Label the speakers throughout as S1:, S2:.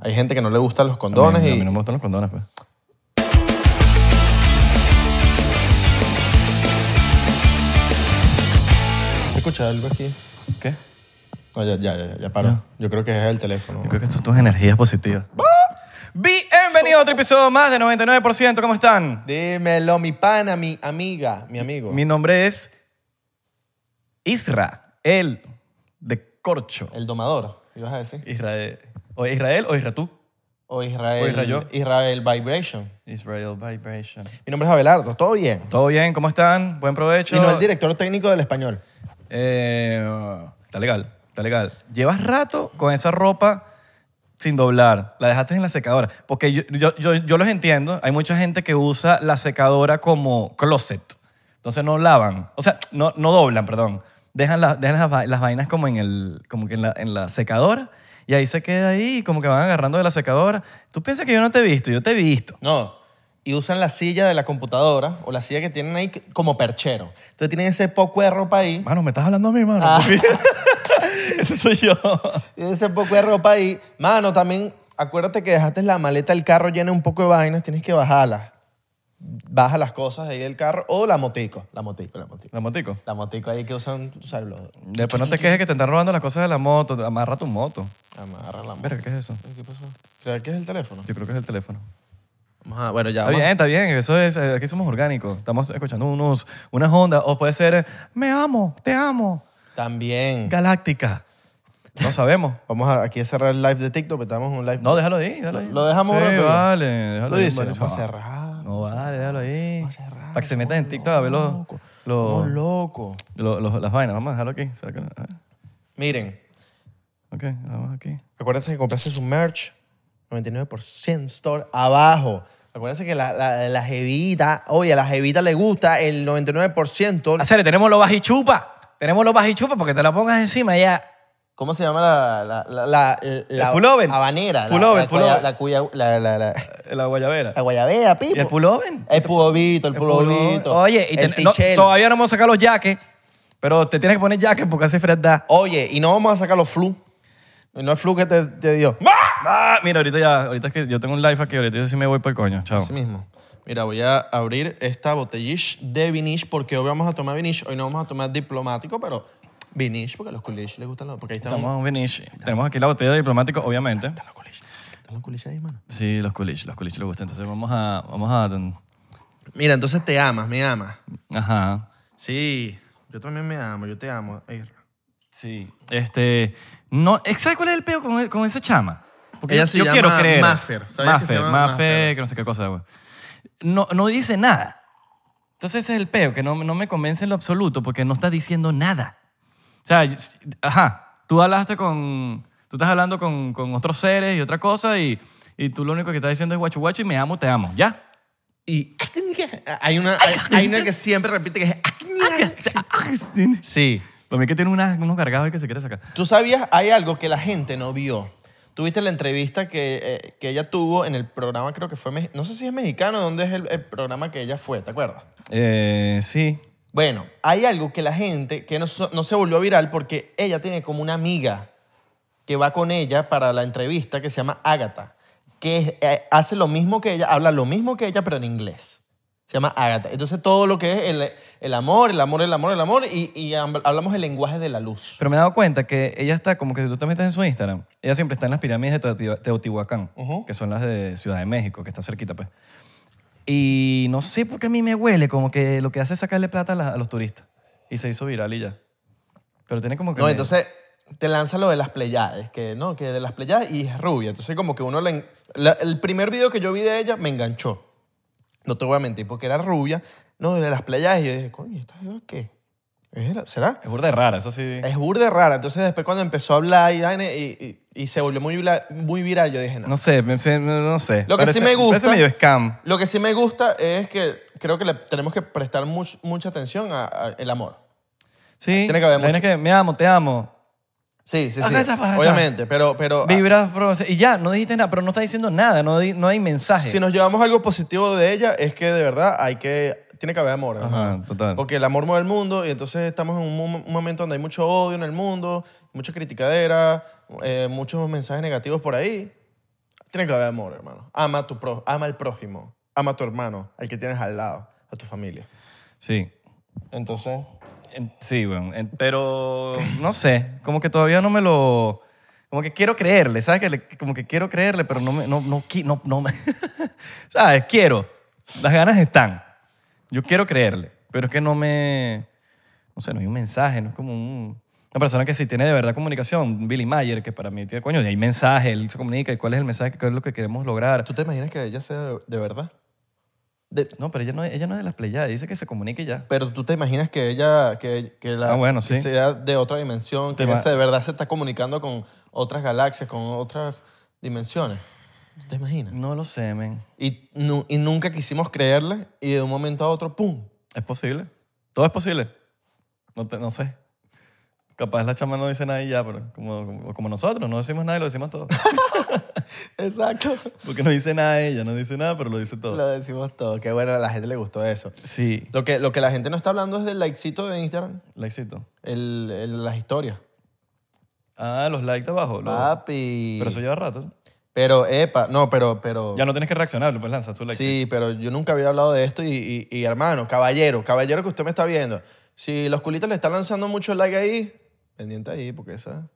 S1: Hay gente que no le gustan los
S2: Dones
S1: condones
S2: y... A
S1: y
S2: mí no me gustan los condones, pues.
S1: escucha algo aquí.
S2: ¿Qué?
S1: No, ya, ya, ya, ya paro. Yo creo que es el teléfono.
S2: Yo creo que esto son tus energías positivas. Bienvenido a otro episodio más de 99%. ¿Cómo están?
S1: Dímelo, mi pana, mi amiga, mi amigo.
S2: Mi nombre es Israel de Corcho.
S1: El domador, ibas a decir.
S2: Israel. O Israel o Israel tú.
S1: O Israel.
S2: O Israel.
S1: Israel Vibration.
S2: Israel Vibration.
S1: Mi nombre es Abelardo, todo bien.
S2: ¿Todo bien? ¿Cómo están? Buen provecho.
S1: Y no el director técnico del español.
S2: Eh, está legal, está legal. Llevas rato con esa ropa sin doblar, la dejaste en la secadora. Porque yo, yo, yo- yo los entiendo, hay mucha gente que usa la secadora como closet. Entonces no lavan, o sea, no, no doblan, perdón. Dejan, la- dejan las, va- las vainas como, en, el, como que en, la, en la secadora y ahí se queda ahí, como que van agarrando de la secadora. Tú piensas que yo no te he visto, yo te he visto.
S1: No. Y usan la silla de la computadora o la silla que tienen ahí como perchero. Entonces tienen ese poco de ropa ahí.
S2: Mano, me estás hablando a mí, mano.
S1: Ah.
S2: Ese soy yo.
S1: Tienen ese poco de ropa ahí. Mano, también acuérdate que dejaste la maleta del carro llena de un poco de vainas. Tienes que bajarlas. Baja las cosas de ahí del carro o la motico. La motico, la motico.
S2: La motico.
S1: La motico ahí que usan, tú sabes, los...
S2: Después no te quejes que te están robando las cosas de la moto. Amarra tu moto.
S1: Amarra la motico.
S2: Verga, ¿qué es eso?
S1: ¿Qué pasó? ¿Crees que es el teléfono?
S2: Yo creo que es el teléfono.
S1: Vamos a- bueno, ya
S2: Está
S1: vamos.
S2: bien, está bien. Eso es, eh, aquí somos orgánicos. Estamos escuchando unos, unas ondas. O puede ser, eh, me amo, te amo,
S1: También.
S2: galáctica. No sabemos.
S1: Vamos a, aquí a cerrar el live de TikTok, pero estamos en un live...
S2: No, déjalo ahí, déjalo ahí.
S1: Lo dejamos
S2: Sí,
S1: rápido.
S2: vale, déjalo
S1: Lo
S2: ahí.
S1: dice,
S2: vale,
S1: lo vamos a
S2: chaval.
S1: cerrar.
S2: No, vale, déjalo ahí.
S1: Vamos a cerrar,
S2: Para que se metan en TikTok a ver los,
S1: Loco.
S2: los-
S1: Un loco.
S2: los- los- las vainas. Vamos a dejarlo aquí. ¿Será que no? A ver.
S1: Miren,
S2: Ok, vamos aquí.
S1: acuérdense que compraste su merch 99% store abajo. Acuérdense que la, la, la jevita, oye, a la jevita le gusta el 99%.
S2: Hacer, tenemos los bajichupa. Tenemos los bajichupa porque te la pongas encima ya.
S1: ¿Cómo se llama la... la, la, la, la-
S2: El pullover.
S1: Habanera. la-
S2: Pullover,
S1: la, cuya-
S2: pullover.
S1: La, cuya- la, la, la-
S2: La guayabera.
S1: la guayabera, pipo.
S2: ¿Y el pullover?
S1: El pulobito, Ah, el pulobito.
S2: Oye, y
S1: el
S2: te- no,
S1: tichel.
S2: todavía no hemos sacado los jaques, pero te tienes que poner jaques porque hace fresda.
S1: Oye, y no vamos a sacar los flu. No el flu que te, te dio.
S2: Ah, mira, ahorita ya, ahorita es que yo tengo un live aquí, ahorita yo sí me voy para el coño, chao.
S1: Así mismo. Mira, voy a abrir esta botellish de vinish porque hoy vamos a tomar vinish. Hoy no vamos a tomar diplomático, pero vinish porque a los culish les gustan los... Porque ahí están,
S2: Estamos en Vinish. Tenemos aquí la botella de diplomático, obviamente.
S1: están los culish. Están los culish ahí, mano.
S2: Sí, los culiches, los culiches les gustan. Entonces vamos a, vamos a,
S1: Mira, entonces te amas, me amas.
S2: ajá.
S1: Sí, yo también me amo, yo te amo. Ey,
S2: Sí. Este, no, ¿sabes cuál es el peo con, con esa chama?
S1: Ella
S2: yo,
S1: se
S2: yo
S1: llama
S2: quiero creer.
S1: Maffer, ¿sabes que se
S2: Maffer,
S1: llama
S2: Maffer,
S1: Maffer?
S2: que no sé qué cosa, güey. No, no dice nada. Entonces ese es el peo, que no, no me convence en lo absoluto porque no está diciendo nada. O sea, yo- ajá, tú hablaste con, tú estás hablando con, con otros seres y otra cosa y, y tú lo único que estás diciendo es guachu guachu y me amo, te amo, ¿ya?
S1: Y hay una, hay, hay una que siempre repite que es... Ah, Sí.
S2: Para mí que tiene unas- unos cargados ahí que se quiere sacar.
S1: Tú sabías, hay algo que la gente no vio. Tuviste la entrevista que, eh, que ella tuvo en el programa, creo que fue, mex- no sé si es mexicano, ¿dónde es el, el programa que ella fue? ¿Te acuerdas?
S2: Eh, sí.
S1: Bueno, hay algo que la gente, que no, so- no se volvió viral porque ella tiene como una amiga que va con ella para la entrevista que se llama Ágata, que es- eh, hace lo mismo que ella, habla lo mismo que ella, pero en inglés. Se llama Ágata. Entonces todo lo que es el, el amor, el amor, el amor, el amor, y, y habl- hablamos el lenguaje de la luz.
S2: Pero me he dado cuenta que ella está, como que si tú te metes en su Instagram, ella siempre está en las pirámides de Teotihu- Teotihuacán,
S1: Ujú.
S2: que son las de Ciudad de México, que está cerquita, pues. Y no sé por qué a mí me huele, como que lo que hace es sacarle plata a, la- a los turistas. Y se hizo viral y ya. Pero tiene como que...
S1: No,
S2: me-
S1: entonces te lanza lo de las playades, que no, que de las playades y es rubia. Entonces como que uno le... en- la- el primer video que yo vi de ella me enganchó. No te voy a mentir, porque era rubia. No, de las playades. Y yo dije, coño, ¿esta jeva qué? ¿Es la- ¿Será?
S2: Es burda de rara, eso sí.
S1: Es burda rara. Entonces después cuando empezó a hablar y, vaina, y, y- y se volvió muy, vila- muy viral, yo dije, no.
S2: No sé, me- se- no no sé.
S1: Lo que sí
S2: Parece-
S1: me gusta-
S2: Parece medio scam.
S1: Lo que sí me gusta es que creo que le tenemos que prestar much- mucha atención al amor.
S2: Sí.
S1: Tiene que haber
S2: la vaina
S1: mucho.
S2: es que me amo, te amo.
S1: Sí, sí, sí.
S2: Ajá, ajá, ajá.
S1: Obviamente, pero... pero
S2: Vibras, bro, y ya, no dijiste nada, pero no está diciendo nada, no, di- no hay mensaje.
S1: Si nos llevamos algo positivo de ella, es que de verdad hay que. Tiene que haber amor.
S2: Ajá,
S1: hermano.
S2: total.
S1: Porque el amor mueve el mundo y entonces estamos en un, mom- un momento donde hay mucho odio en el mundo, mucha criticadera, eh, muchos mensajes negativos por ahí. Tiene que haber amor, hermano. Ama, a tu pro, ama al prójimo, ama a tu hermano, al que tienes al lado, a tu familia.
S2: Sí.
S1: Entonces,
S2: En- Sí, weón. En- Pero no sé, como que todavía no me lo... Como que quiero creerle, ¿sabes? Que le- como que quiero creerle, pero no me... No, no, qui- no, no me ¿Sabes? Quiero. Las ganas están. Yo quiero creerle, pero es que no me... No sé, no hay un mensaje, no es como un- Una persona que sí tiene de verdad comunicación, Billy Mayer, que para mí tiene, coño, y hay mensaje, él se comunica, y cuál es el mensaje, qué es lo que queremos lograr.
S1: ¿tú te imaginas que ella sea de, de verdad? De-
S2: No, pero ella no, ella no es de las playadas, dice que se comunique y ya.
S1: pero tú te imaginas que ella, que, que la,
S2: Ah, bueno,
S1: que
S2: sí.
S1: sea de otra dimensión, que
S2: Te
S1: ella
S2: va-
S1: se- de verdad se está comunicando con otras galaxias, con otras dimensiones. ¿Tú te imaginas?
S2: No lo sé, men.
S1: Y, nu- y nunca quisimos creerle y de un momento a otro, ¡pum!
S2: Es posible. Todo es posible. No, te- no sé. Capaz la chama no dice nada y ya, pero como, como, como nosotros, no decimos nada y lo decimos todo.
S1: Exacto.
S2: Porque no dice nada ella, no dice nada, pero lo dice todo.
S1: Lo decimos todo. Qué bueno, a la gente le gustó eso.
S2: Sí,
S1: Lo que, lo que la gente no está hablando es del likecito de Instagram,
S2: la éxito.
S1: el, el- las historias.
S2: Ah, los likes de abajo. los-
S1: Ah, Papi.
S2: Pero eso lleva rato.
S1: Pero, epa, no, pero, pero.
S2: Ya no tienes que reaccionar, pues lanza su like.
S1: sí, pero yo nunca había hablado de esto y, y- y, hermano, caballero, caballero que usted me está viendo. Si los culitos le están lanzando mucho like ahí, pendiente ahí, porque esa.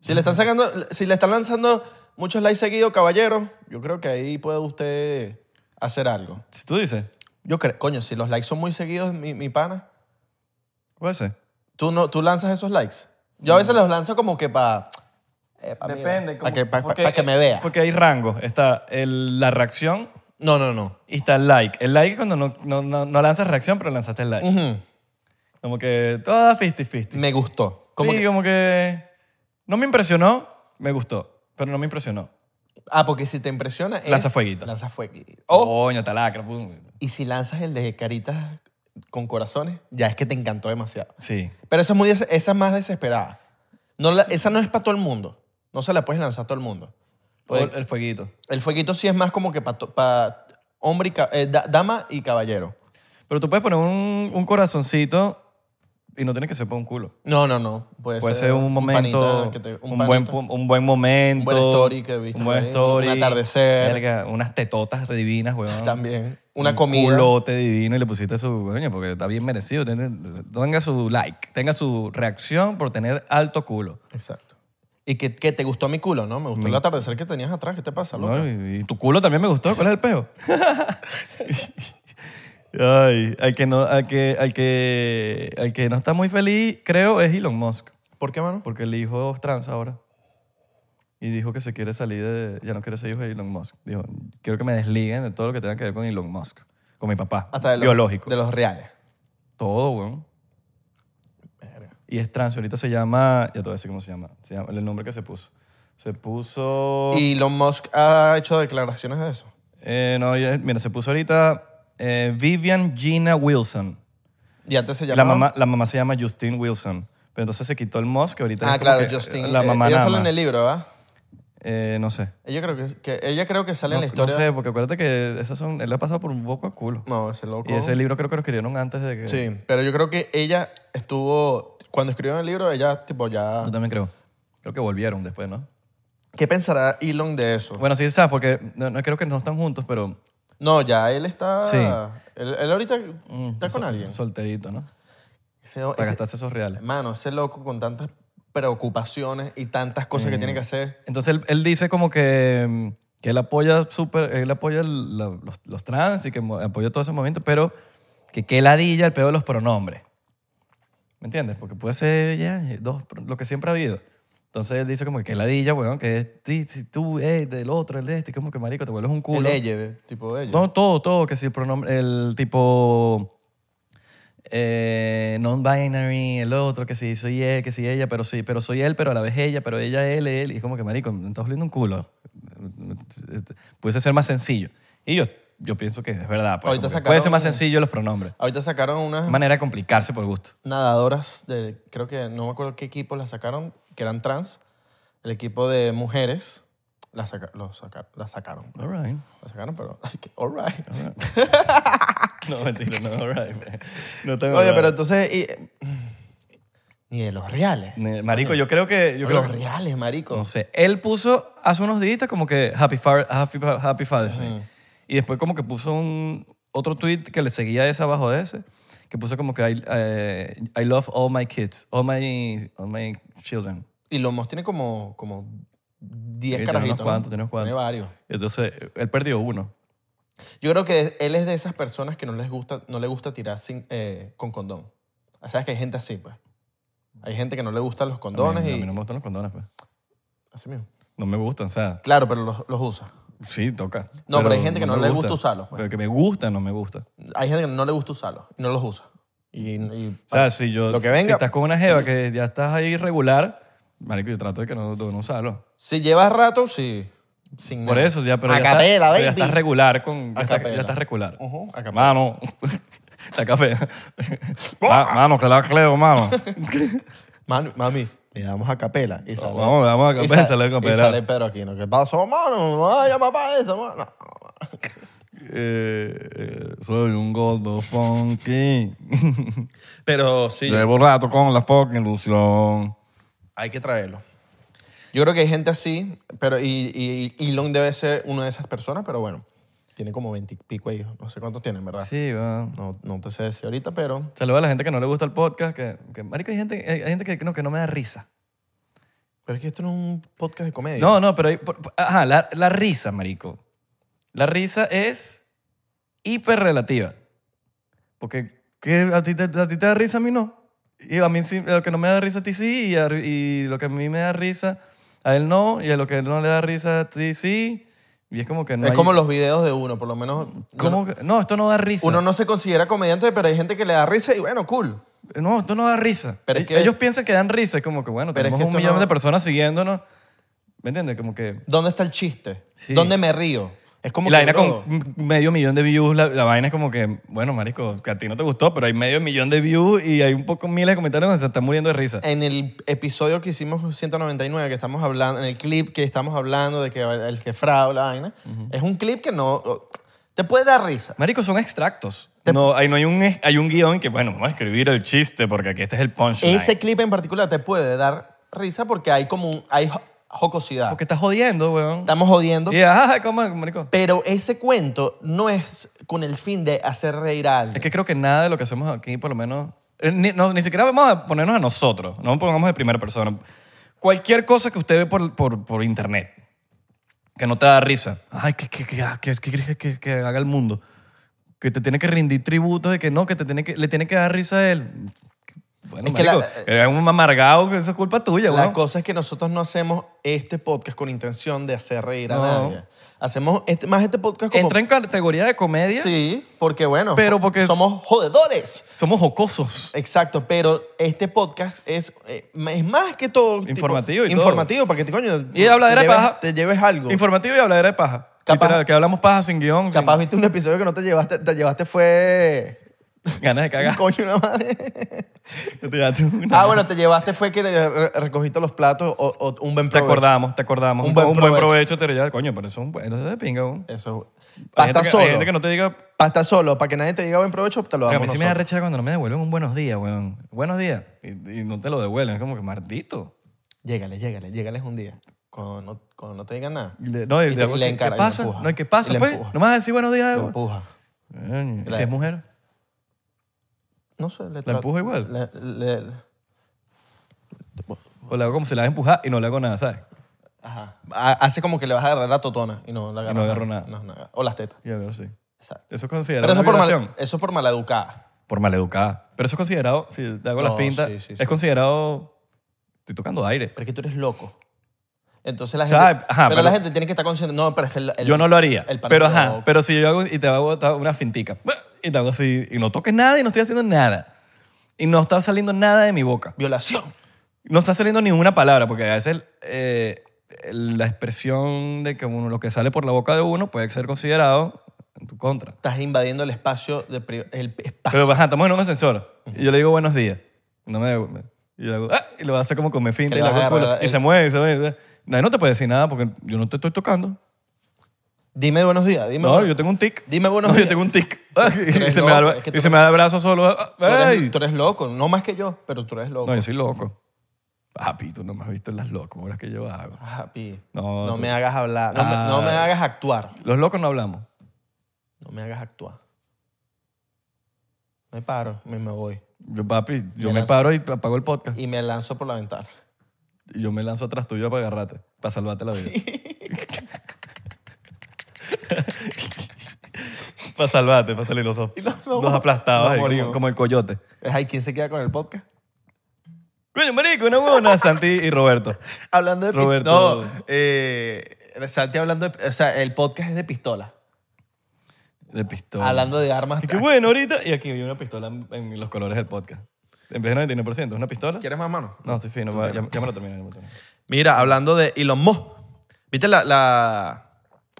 S1: Si le están sacando, si le están lanzando muchos likes seguidos, caballero, yo creo que ahí puede usted hacer algo.
S2: Si tú dices,
S1: Yo creo, coño, si los likes son muy seguidos, mi, mi pana,
S2: puede ser.
S1: ¿tú, no, tú lanzas esos likes. Yo a veces los lanzo como que para.
S2: Depende.
S1: Para
S2: como-
S1: que, pa- pa-
S2: porque- eh,
S1: pa' que me vea.
S2: Porque hay rangos. Está el- la reacción
S1: No, no, no.
S2: y está el like. El like es cuando no, no, no- no lanzas reacción, pero lanzaste el like.
S1: Ujú.
S2: Como que toda 50-50.
S1: Me gustó. Como
S2: sí,
S1: que-
S2: como que no me impresionó, me gustó, pero no me impresionó.
S1: ah, porque si te impresiona. es-
S2: Lanza fueguito. Oh.
S1: Lanza fueguito. O-
S2: Coño, talacra. pum.
S1: y si lanzas el de caritas con corazones, ya es que te encantó demasiado.
S2: Sí.
S1: Pero esa es, muy, des- esa es más desesperada. No la- esa no es para todo el mundo. No se la puedes lanzar a todo el mundo.
S2: O
S1: Pues-
S2: el fueguito.
S1: El fueguito sí es más como que para hombre y ca- eh, da- dama y caballero.
S2: Pero tú puedes poner un, un corazoncito y no tiene que ser por un culo.
S1: No, no, no. Puede,
S2: Puede ser un
S1: panita
S2: momento,
S1: que te-
S2: un, buen,
S1: panita.
S2: pu- un buen momento.
S1: Un buen story que viste
S2: Un buen
S1: ahí,
S2: story.
S1: un atardecer.
S2: Verga, unas tetotas divinas, weón.
S1: También. Una
S2: un
S1: comida.
S2: culote divino y le pusiste su... Coño, porque está bien merecido. Ten- Tenga su like, tenga su reacción por tener alto culo.
S1: Exacto. Y que, que te gustó mi culo, ¿no? Me gustó el atardecer que tenías atrás. ¿Qué te pasa, loca?
S2: No, y, y tu culo también me gustó. ¿Cuál es el peo? Ay, al que no, al que, al que, al que no está muy feliz, creo, es Elon Musk,
S1: ¿Por qué, mano?
S2: porque el hijo es trans ahora. Y dijo que se quiere salir de, ya no quiere ser hijo de Elon Musk. Dijo, quiero que me desliguen de todo lo que tenga que ver con Elon Musk, con mi papá,
S1: Hasta de los,
S2: biológico.
S1: De los reales.
S2: Todo, weón. Y es trans, ahorita se llama, ya te voy a decir cómo se llama, se llama el nombre que se puso. Se puso...
S1: Y Elon Musk ha hecho declaraciones de eso.
S2: Eh, no, ya- mira, se puso ahorita eh, Vivian Gina Wilson.
S1: Y antes se
S2: La
S1: llamaba... Ah,
S2: mamá, la mamá se llama Justine Wilson. Pero entonces se quitó el Musk, que ahorita
S1: Ah,
S2: es como
S1: claro,
S2: que, eh,
S1: Justin.
S2: La mamá
S1: ella
S2: nada
S1: sale en
S2: más.
S1: el libro, ¿verdad?
S2: Eh, no sé.
S1: Ella creo que, que- ella creo que sale
S2: No,
S1: en la
S2: no
S1: historia.
S2: sé, porque acuérdate que esas son, él ha pasado por un poco de culo.
S1: No, ese loco.
S2: Y ese libro creo que lo escribieron antes de que...
S1: Sí, pero yo creo que ella estuvo... Cuando escribió el libro, ella tipo ya...
S2: Yo también creo. Creo que volvieron después, ¿no?
S1: ¿Qué pensará Elon de eso?
S2: Bueno, sí, sabes, porque no, no, creo que no están juntos, pero...
S1: No, ya él está...
S2: Sí.
S1: Él, él ahorita
S2: mm,
S1: está con
S2: sol-
S1: alguien.
S2: Solterito, ¿no?
S1: Ese-
S2: Para
S1: ese-
S2: gastarse esos reales.
S1: Hermano, ese loco con tantas preocupaciones y tantas cosas
S2: Mm.
S1: que tiene que hacer.
S2: Entonces él, él dice como que, mm, que él apoya, super, él apoya el- la- los, los trans y que mo- apoya todo ese movimiento, pero que que ladilla el peor de los pronombres. ¿Me entiendes? Porque puede ser ya dos, pro- lo que siempre ha habido. Entonces él dice como que que ladilla, weón, que es ti, si tú, eh, del otro, el de este, como que marico, te vuelves un culo.
S1: El ella, de- tipo ella.
S2: Eh. No, todo, todo, que si el pronombre, el tipo eh, non-binary, el otro, que si soy él, que si ella, pero sí, pero soy él, pero a la vez ella, pero ella, él, él, y es como que, marico, me estás oliendo un culo. Puede ser más sencillo. Y yo, yo pienso que es verdad. pues,
S1: Ahorita
S2: como que
S1: sacaron-
S2: puede ser más sencillo los pronombres.
S1: Ahorita sacaron unas
S2: Manera de complicarse por gusto.
S1: nadadoras de, creo que, no me acuerdo qué equipo las sacaron, que eran trans. El equipo de mujeres las, saca- los saca- las sacaron.
S2: All right.
S1: Las sacaron, pero, ay, que- all right.
S2: No, mentira, no, all right. man. No tengo
S1: Oye,
S2: nada.
S1: pero entonces, y- Ni de los reales.
S2: Ne- Marico, yo creo que... Yo
S1: Yo
S2: creo
S1: los
S2: que-
S1: reales, marico.
S2: No sé. Él puso hace unos días como que Happy, Far- Happy, Happy Father's Day.
S1: Mm.
S2: Y después como que puso un, otro tweet que le seguía ese abajo de ese, que puso como que I, eh, I love all my kids, all my, all my children.
S1: Y Lomos tiene como, como 10
S2: Sí, tiene unos
S1: carajitos. ¿no?
S2: cuantos, tiene unos cuantos.
S1: varios.
S2: Entonces, él perdió uno.
S1: Yo creo que él es de esas personas que no les gusta, no le gusta tirar sin, eh, con condón. O sea, es que hay gente así, pues. Hay gente que no le gustan los
S2: A mí-
S1: condones
S2: a mí,
S1: y...
S2: no me gustan los condones, pues.
S1: Así mismo.
S2: No me gustan, o sea,
S1: Claro, pero los, los usa.
S2: sí, toca.
S1: No, pero hay gente que no
S2: me
S1: le gusta usarlos, pues.
S2: Pero que me gusta, no me gusta.
S1: Hay gente que no le gusta usarlos y no los usa. Y, y-
S2: O sea, si yo,
S1: Lo que
S2: si- si
S1: venga.
S2: estás con una jeva que ya estás ahí regular, marico, yo trato de que no, de no usarlo.
S1: si llevas rato, sí. Sin
S2: Por
S1: nada.
S2: eso, ya, pero ya,
S1: Acapela,
S2: estás-
S1: baby.
S2: ya estás regular con. Ya,
S1: A
S2: estás-
S1: capela.
S2: ya estás regular.
S1: Ujú, a capela.
S2: Mano. Está café. Ma- mano, que la cleo, mano.
S1: Mami, mami, le damos a capela. Y sale,
S2: Vamos, le damos a capela y sale a capela.
S1: Y sale Pedro Aquino. ¿Qué pasó, mano? No me llama para eso, mano.
S2: Eh, eh, soy un gordo funky.
S1: Pero sí,
S2: Llevo rato con la fucking ilusión.
S1: hay que traerlo. Yo creo que hay gente así, pero y, y, y Elon debe ser una de esas personas, pero bueno, tiene como veintipico hijos. No sé cuántos tiene, en ¿verdad?
S2: Sí, weón.
S1: No, no te sé decir ahorita, pero
S2: Saludos a la gente que no le gusta el podcast. Que, que, marico, hay gente, hay hay gente que, no, que no me da risa.
S1: pero es que esto no es un podcast de comedia.
S2: No, no, pero hay- por- por- ajá, la, la risa, marico. La risa es hiperrelativa. Porque ¿qué? a, ti te, a ti te da risa, a mí no. Y a mí sí, lo que no me da risa a ti sí, y, a- y lo que a mí me da risa a él no, y a lo que él no le da risa a ti sí. Y es como que no
S1: es
S2: hay-
S1: como los videos de uno, por lo menos.
S2: ¿cómo
S1: uno-
S2: que- no, esto no da risa.
S1: Uno no se considera comediante, pero hay gente que le da risa y bueno, cool.
S2: No, esto no da risa.
S1: Pero es que-
S2: Ellos piensan que dan risa. Es como que, bueno,
S1: Pero es
S2: tenemos
S1: que
S2: un
S1: esto
S2: millón
S1: no-
S2: de personas siguiéndonos. ¿Me entiendes? Como que...
S1: ¿Dónde está el chiste?
S2: Sí.
S1: ¿Dónde me río? Es como
S2: y la
S1: que,
S2: vaina
S1: bro,
S2: con m- medio millón de views, la, la vaina es como que, bueno, marico, que a ti no te gustó, pero hay medio millón de views y hay un poco miles de comentarios donde se están muriendo de risa.
S1: en el episodio que hicimos 199 que estamos hablando en el clip que estamos hablando de que el que fraude la vaina, es un clip que no te puede dar risa.
S2: Marico, son extractos. No, hay, no hay, un, hay un guión que, bueno, vamos a escribir el chiste porque aquí este es el punchline.
S1: Ese clip en particular te puede dar risa porque hay como un- hay jo- jocosidad.
S2: Porque estás jodiendo, weón.
S1: Estamos jodiendo,
S2: Y, ah, ¿cómo, marico?
S1: pero ese cuento no es con el fin de hacer reír a alguien.
S2: Es que creo que nada de lo que hacemos aquí, por lo menos, eh, ni, no, ni siquiera vamos a ponernos a nosotros, no pongamos de primera persona. Cualquier cosa que usted ve por, por, por internet, que no te da risa, ay, que, que, que, ah, que, que quieres que, que- que haga el mundo, que te tiene que rendir tributo de que no, que, te tiene que le tiene que dar risa a él. Bueno,
S1: Es que
S2: marico,
S1: la-
S2: eres un amargado, que eso es culpa tuya,
S1: La
S2: weón.
S1: cosa es que nosotros no hacemos este podcast con intención de hacer reír a
S2: No.
S1: nadie. Hacemos este- más este podcast como...
S2: Entra en categoría de comedia,
S1: Sí, porque bueno,
S2: Pero porque-
S1: somos jodedores.
S2: somos jocosos.
S1: Exacto, pero este podcast es, eh, es más que todo... tipo,
S2: Informativo y todo.
S1: Informativo, para que te coño...
S2: Y habladera
S1: te
S2: de
S1: lleves-
S2: paja.
S1: Te lleves algo.
S2: Informativo y habladera de paja.
S1: Capaz-
S2: Literal, que hablamos paja sin guión, sin
S1: Capaz viste un episodio que no te llevaste, te llevaste fue...
S2: ganas de
S1: un
S2: cagar.
S1: Coño, una madre.
S2: Te daste una-
S1: Ah, bueno, te llevaste fue que eh, re- re- recogiste los platos o, o un buen
S2: Te
S1: provecho.
S2: acordamos, te acordamos.
S1: Un
S2: Un,
S1: buen
S2: buen, un buen
S1: provecho.
S2: provecho, te ya, coño, pero eso es un buen, eso es de pinga, weón.
S1: Eso.
S2: Hay
S1: Pasta
S2: gente que-
S1: solo.
S2: Hay gente que no te diga,
S1: Para estar solo, para que nadie te diga buen provecho, te lo
S2: a
S1: damos
S2: mí sí me da
S1: nosotros.
S2: rechera cuando no me devuelven un buenos días, weón. Buenos días. Y, y no te lo devuelven, es como que maldito.
S1: Llégale, llégale, llégales un día. Cuando no, cuando no te digan nada.
S2: Y le- No, y
S1: Y
S2: le
S1: te-
S2: hago,
S1: y le
S2: ¿qué- ¿qué
S1: encara- y le
S2: pasa?
S1: empuja.
S2: No, ¿y ¿qué
S1: Y
S2: pasa,
S1: le
S2: pues?
S1: empuja.
S2: No me vas a decir buenos días,
S1: Lo
S2: weón.
S1: empuja.
S2: Coño, ¿y
S1: La-
S2: Si es mujer.
S1: No sé, le
S2: ¿La empuja igual?
S1: le- le-
S2: O pues le hago como si la vas a empujar y no le hago nada, ¿sabes?
S1: ajá. Ha- Hace como que le vas a agarrar la totona y no la agarras.
S2: no agarro nada.
S1: No, no, o las tetas.
S2: Y a ver, sí.
S1: Exacto.
S2: Eso es
S1: Pero eso
S2: considerado
S1: es
S2: una
S1: por,
S2: violación.
S1: mal, eso es por maleducada.
S2: Por maleducada. Pero eso es considerado, si te hago
S1: No,
S2: la finta,
S1: sí, sí,
S2: es
S1: sí.
S2: considerado... Estoy tocando aire.
S1: Pero es que tú eres loco. Entonces la
S2: O
S1: gente.
S2: sea, ajá,
S1: pero,
S2: pero-
S1: la gente tiene que estar consciente. No, pero es que el, el-
S2: yo no lo haría.
S1: el
S2: Pero
S1: partido-
S2: ajá, pero si yo hago y te hago ta- una fintica y te hago así y no toques nada y no estoy haciendo nada. Y no está saliendo nada de mi boca.
S1: Violación.
S2: No está saliendo ninguna palabra porque a veces eh, el- la expresión de que uno, lo que sale por la boca de uno puede ser considerado en tu contra.
S1: Estás invadiendo el espacio. De, pri- el espacio.
S2: Pero ajá, estamos en un ascensor y yo le digo buenos días. No me devuelve. Y, le hago, "Ah", y lo hace como con me finta
S1: Que
S2: y,
S1: le
S2: le hago
S1: vas a
S2: culo.
S1: agarrar
S2: y
S1: el-
S2: se mueve y se mueve. Nadie no te puede decir nada porque yo no te estoy tocando.
S1: Dime buenos días, dime.
S2: No,
S1: buenos-
S2: yo tengo un tic.
S1: Dime buenos
S2: No,
S1: días.
S2: yo tengo un tic.
S1: eres
S2: y se, me
S1: loco,
S2: da, el-
S1: es que
S2: y
S1: tú-
S2: se me da el brazo solo. Ah,
S1: Tú eres,
S2: ¡Ey!
S1: tú eres loco, no más que yo, pero tú eres loco.
S2: No, yo soy loco. Papi, tú no me has visto las locuras que yo hago.
S1: Ajá, pi.
S2: No,
S1: No,
S2: tú-
S1: me hagas hablar, no, me-
S2: Ah.
S1: no me hagas actuar.
S2: Los locos no hablamos.
S1: No me hagas actuar. Me paro, me, me voy
S2: Yo, papi, yo
S1: Me
S2: me
S1: lanzo.
S2: paro y apago el podcast.
S1: y me lanzo por la ventana.
S2: Y yo me lanzo atrás tuyo para agarrarte, para salvarte la vida. para salvarte, para salir los dos.
S1: Y los dos-
S2: dos aplastados,
S1: nos
S2: ahí, eh, como,
S1: morimos.
S2: como el coyote.
S1: Es ahí, ¿quién se queda con el podcast?
S2: Coño, marico, una buena, Santi y Roberto.
S1: Hablando de
S2: Roberto.
S1: pistola. No, eh, Santi hablando de. O sea, el podcast es de pistola.
S2: De pistola.
S1: Hablando de armas. ah,
S2: Y qué bueno, ahorita. Y aquí vi una pistola en, en los colores del podcast. En vez de 99%, ¿es una pistola?
S1: ¿Quieres más mano?
S2: No, estoy fino. va, Ya, ya me lo termino. ya me lo termino.
S1: Mira, hablando de Elon Musk. ¿Viste la, la,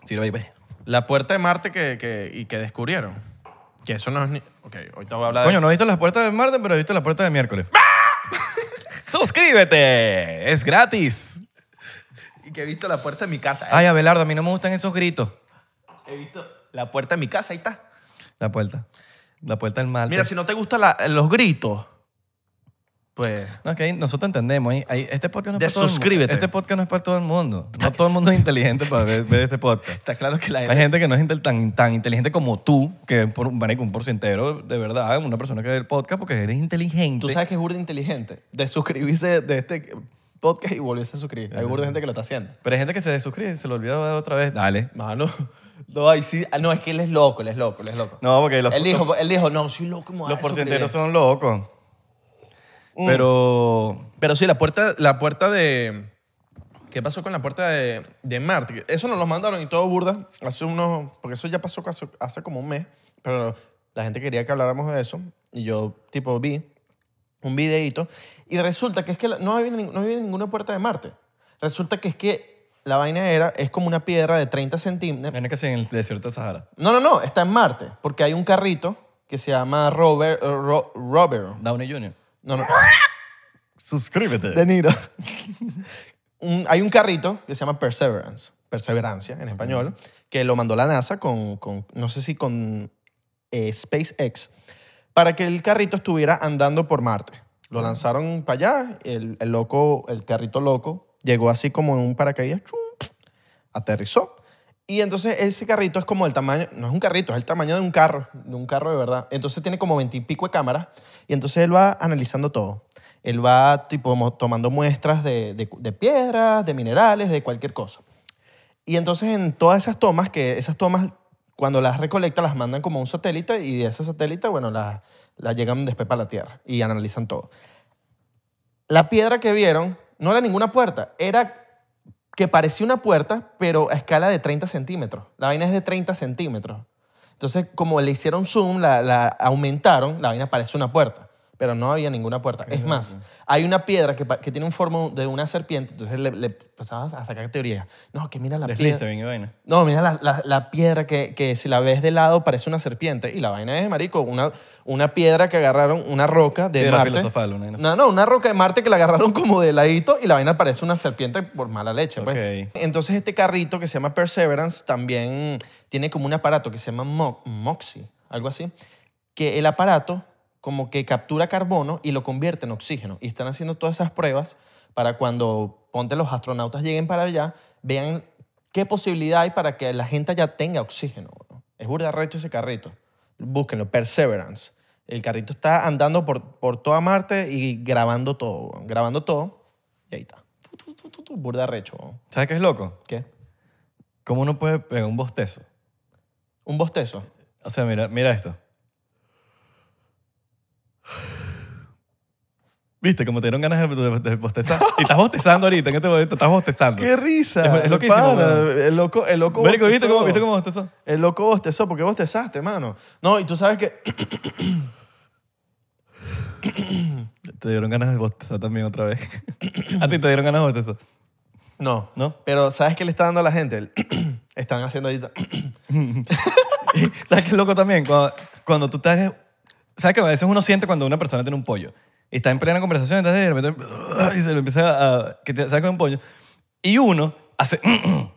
S2: Sí, lo pues. ve.
S1: la puerta de Marte que, que- y que descubrieron? Que eso no es ni. Ok, ahorita voy a hablar de-
S2: Coño, no he visto las puertas de martes, pero he visto las puertas de miércoles. ¡Ah! ¡Suscríbete! ¡Es gratis!
S1: Y que he visto la puerta de mi casa. eh.
S2: Ay, Abelardo, a mí no me gustan esos gritos.
S1: He visto la puerta de mi casa, ahí está.
S2: La puerta. La puerta del mal.
S1: Mira, si no te gustan la- los gritos, pues.
S2: No, es que ahí nosotros entendemos. ahí- ahí- este podcast no es para todo el mundo.
S1: Desuscríbete.
S2: Este podcast no es para todo el mundo. No todo el mundo es inteligente para ver, ver este podcast.
S1: Está claro que la
S2: Hay gente que no es intel- tan, tan inteligente como tú, que por un, marico, un porcentero, de verdad, una persona que ve el podcast porque eres inteligente.
S1: Tú sabes que es burda inteligente de suscribirse de este podcast y volverse a suscribir. Hay burda gente que lo está haciendo.
S2: Pero hay gente que se desuscribe, se lo olvida otra vez. Dale.
S1: Mano, no, ahí sí- ah, no, es que él es loco, él es loco, él es loco.
S2: No, porque los,
S1: él, dijo, él dijo, no, Mm. soy loco, me voy a
S2: los porcenteros
S1: suscribir".
S2: son locos. Pero
S1: Pero sí, la puerta, la puerta de... ¿Qué pasó con la puerta de, de Marte? Eso nos lo mandaron y todo burda hace unos... Porque eso ya pasó hace, hace como un mes. Pero la gente quería que habláramos de eso. Y yo, tipo, vi un videíto. Y resulta que es que la- no había, nin- no había ninguna puerta de Marte. Resulta que es que la vaina era... Es como una piedra de 30 centímetros.
S2: viene casi en el desierto de Sahara.
S1: No, no, no. Está en Marte. Porque hay un carrito que se llama Robert... eh, Ro- Robert.
S2: Downey Jr.
S1: No, no.
S2: Suscríbete.
S1: De Niro. Un- hay un carrito que se llama Perseverance, Perseverancia en español, que lo mandó la NASA con, con- no sé si con eh, SpaceX, para que el carrito estuviera andando por Marte. Lo lanzaron para allá, el, el loco, el carrito loco, llegó así como en un paracaídas, chum, aterrizó. Y entonces ese carrito es como el tamaño, no es un carrito, es el tamaño de un carro, de un carro de verdad. Entonces tiene como veintipico de cámaras y entonces él va analizando todo. Él va tipo mo- tomando muestras de, de- de piedras, de minerales, de cualquier cosa. Y entonces en todas esas tomas, que esas tomas cuando las recolecta las mandan como a un satélite y de ese satélite, bueno, las las llegan después para la Tierra y analizan todo. La piedra que vieron no era ninguna puerta, era que parecía una puerta, pero a escala de 30 centímetros. La vaina es de 30 centímetros. Entonces, como le hicieron zoom, la, la aumentaron, la vaina parece una puerta, pero no había ninguna puerta. Es más, hay una piedra que, pa- que tiene un forma de una serpiente, entonces le, le empezabas a sacar teorías. No, que mira la piedra.
S2: Deslice, bien y vaina.
S1: No, mira la, la- la piedra que, que si la ves de lado parece una serpiente. Y la vaina es, marico, una, una piedra que agarraron, una roca de
S2: Piedra
S1: Marte.
S2: filosofal, una vaina así.
S1: No, no, una roca de Marte que la agarraron como de ladito y la vaina parece una serpiente por mala leche. pues.
S2: Ok.
S1: Entonces este carrito que se llama Perseverance también tiene como un aparato que se llama Mo- MOXIE, algo así, que el aparato como que captura carbono y lo convierte en oxígeno. Y están haciendo todas esas pruebas para cuando, ponte, los astronautas lleguen para allá, vean qué posibilidad hay para que la gente allá tenga oxígeno. weón. Es burda recho ese carrito. Búsquenlo, Perseverance. El carrito está andando por, por toda Marte y grabando todo, weón. grabando todo. Y ahí está. Tu, tu, tu, tu, tu, Burda recho. weón.
S2: ¿Sabes qué es loco?
S1: ¿Qué?
S2: ¿Cómo uno puede pegar un bostezo?
S1: Un bostezo.
S2: O sea, mira, mira esto. ¿Viste? Como te dieron ganas de, de- de bostezar. Y estás bostezando ahorita, en este momento estás bostezando.
S1: risa!
S2: Es- es loquísimo,
S1: pana.
S2: weón.
S1: El loco, el loco
S2: Marico, ¿viste
S1: bostezó.
S2: cómo, ¿viste cómo bostezó?
S1: El loco bostezó, porque bostezaste, mano. No, y tú sabes que
S2: Te dieron ganas de bostezar también otra vez. A ti te dieron ganas de bostezar.
S1: No.
S2: ¿No?
S1: Pero ¿sabes qué le está dando a la gente? El Están haciendo ahorita.
S2: ¿Sabes qué es loco también? Cuando, cuando tú estás... ¿Sabes que a veces uno siente cuando una persona tiene un pollo? Y está en plena conversación, entonces de repente... Y se lo empieza a... que te saca un pollo. Y uno hace...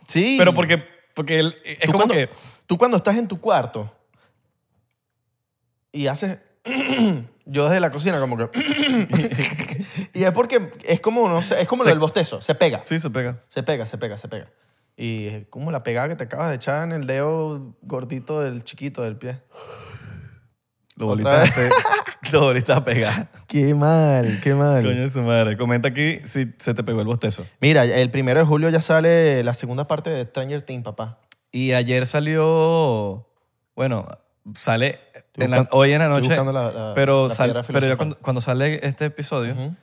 S1: Sí.
S2: Pero porque Porque el- es
S1: tú,
S2: como
S1: cuando,
S2: que.
S1: tú cuando estás en tu cuarto y haces... yo desde la cocina como que... y es porque es como, no sé, es como
S2: Se-
S1: lo del bostezo, se pega.
S2: Sí, se pega.
S1: Se pega, se pega, se pega. Y es como la pegada que te acabas de echar en el dedo gordito del chiquito del pie.
S2: Lo
S1: Otra
S2: bolita, se- lo bolita a pegar.
S1: Qué mal, qué mal.
S2: Coño de su madre. Comenta aquí si se te pegó el bostezo.
S1: Mira, el primero de julio ya sale la segunda parte de Stranger Things, papá.
S2: Y ayer salió. Bueno, sale en la-
S1: buscando-
S2: hoy en la
S1: estoy
S2: noche.
S1: buscando la- la-
S2: pero
S1: la
S2: sal-
S1: piedra
S2: pero ya
S1: filosofal.
S2: cuando, cuando sale este episodio,
S1: Ujú.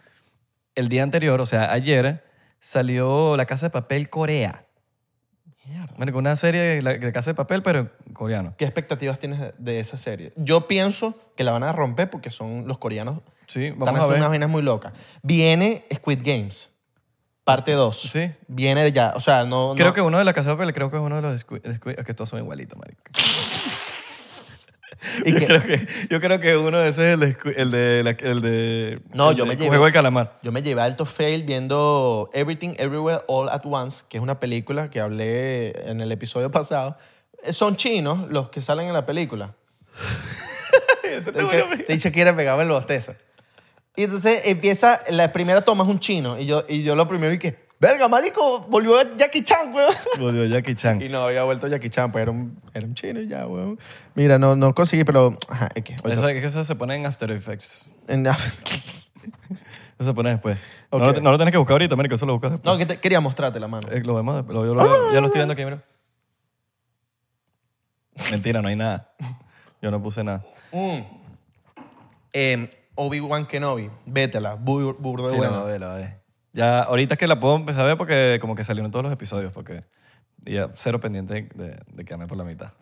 S2: el día anterior, o sea, ayer, salió La Casa de Papel Corea. Bueno, una serie de la- de Casa de Papel, pero en coreano.
S1: ¿Qué expectativas tienes de, de esa serie? Yo pienso que la van a romper porque son los coreanos.
S2: Sí,
S1: están
S2: vamos a
S1: haciendo
S2: ver.
S1: unas vainas muy locas. Viene Squid Games, parte 2.
S2: Sí.
S1: Viene ya, o sea, no...
S2: Creo
S1: no-
S2: que uno de la Casa de Papel, creo que es uno de los Squid- Squid- es que todos son igualitos, marico.
S1: y
S2: Yo,
S1: que-
S2: creo que, yo creo que uno de esos es el de, Squid- el de, la- el de-
S1: No,
S2: el
S1: yo
S2: de
S1: me llevé-
S2: Juego del Calamar.
S1: Yo me llevé alto fail viendo Everything Everywhere All at Once, que es una película que hablé en el episodio pasado. Eh, Son chinos los que salen en la película. te he dicho que era pegaba el bostezo. Y entonces empieza, la primera toma es un chino. Y yo, y yo lo primero y que, verga, marico, volvió Jackie Chan, weón.
S2: Volvió Jackie Chan.
S1: Y no había vuelto Jackie Chan, pues era un, era un chino y ya, weón. Mira, no, no conseguí, pero... Ajá, es que...
S2: Eso, es que eso se pone en After Effects.
S1: en-
S2: Eso se pone después. No
S1: Ok.
S2: lo te- No, lo tienes que buscar ahorita, marico, eso lo buscas después.
S1: no, que te- quería mostrarte la mano.
S2: Eh, lo vemos después. Lo, yo lo
S1: Ah.
S2: veo. ya lo estoy viendo aquí, mira. Mentira, no hay nada. Yo no puse nada.
S1: Mm. Eh, Obi-Wan Kenobi, vétela, bur- burda de
S2: Sí,
S1: buena.
S2: no, velo, vale. Ya, ahorita es que la puedo empezar a ver porque como que salieron todos los episodios, porque y ya cero pendiente de, de quedarme por la mitad.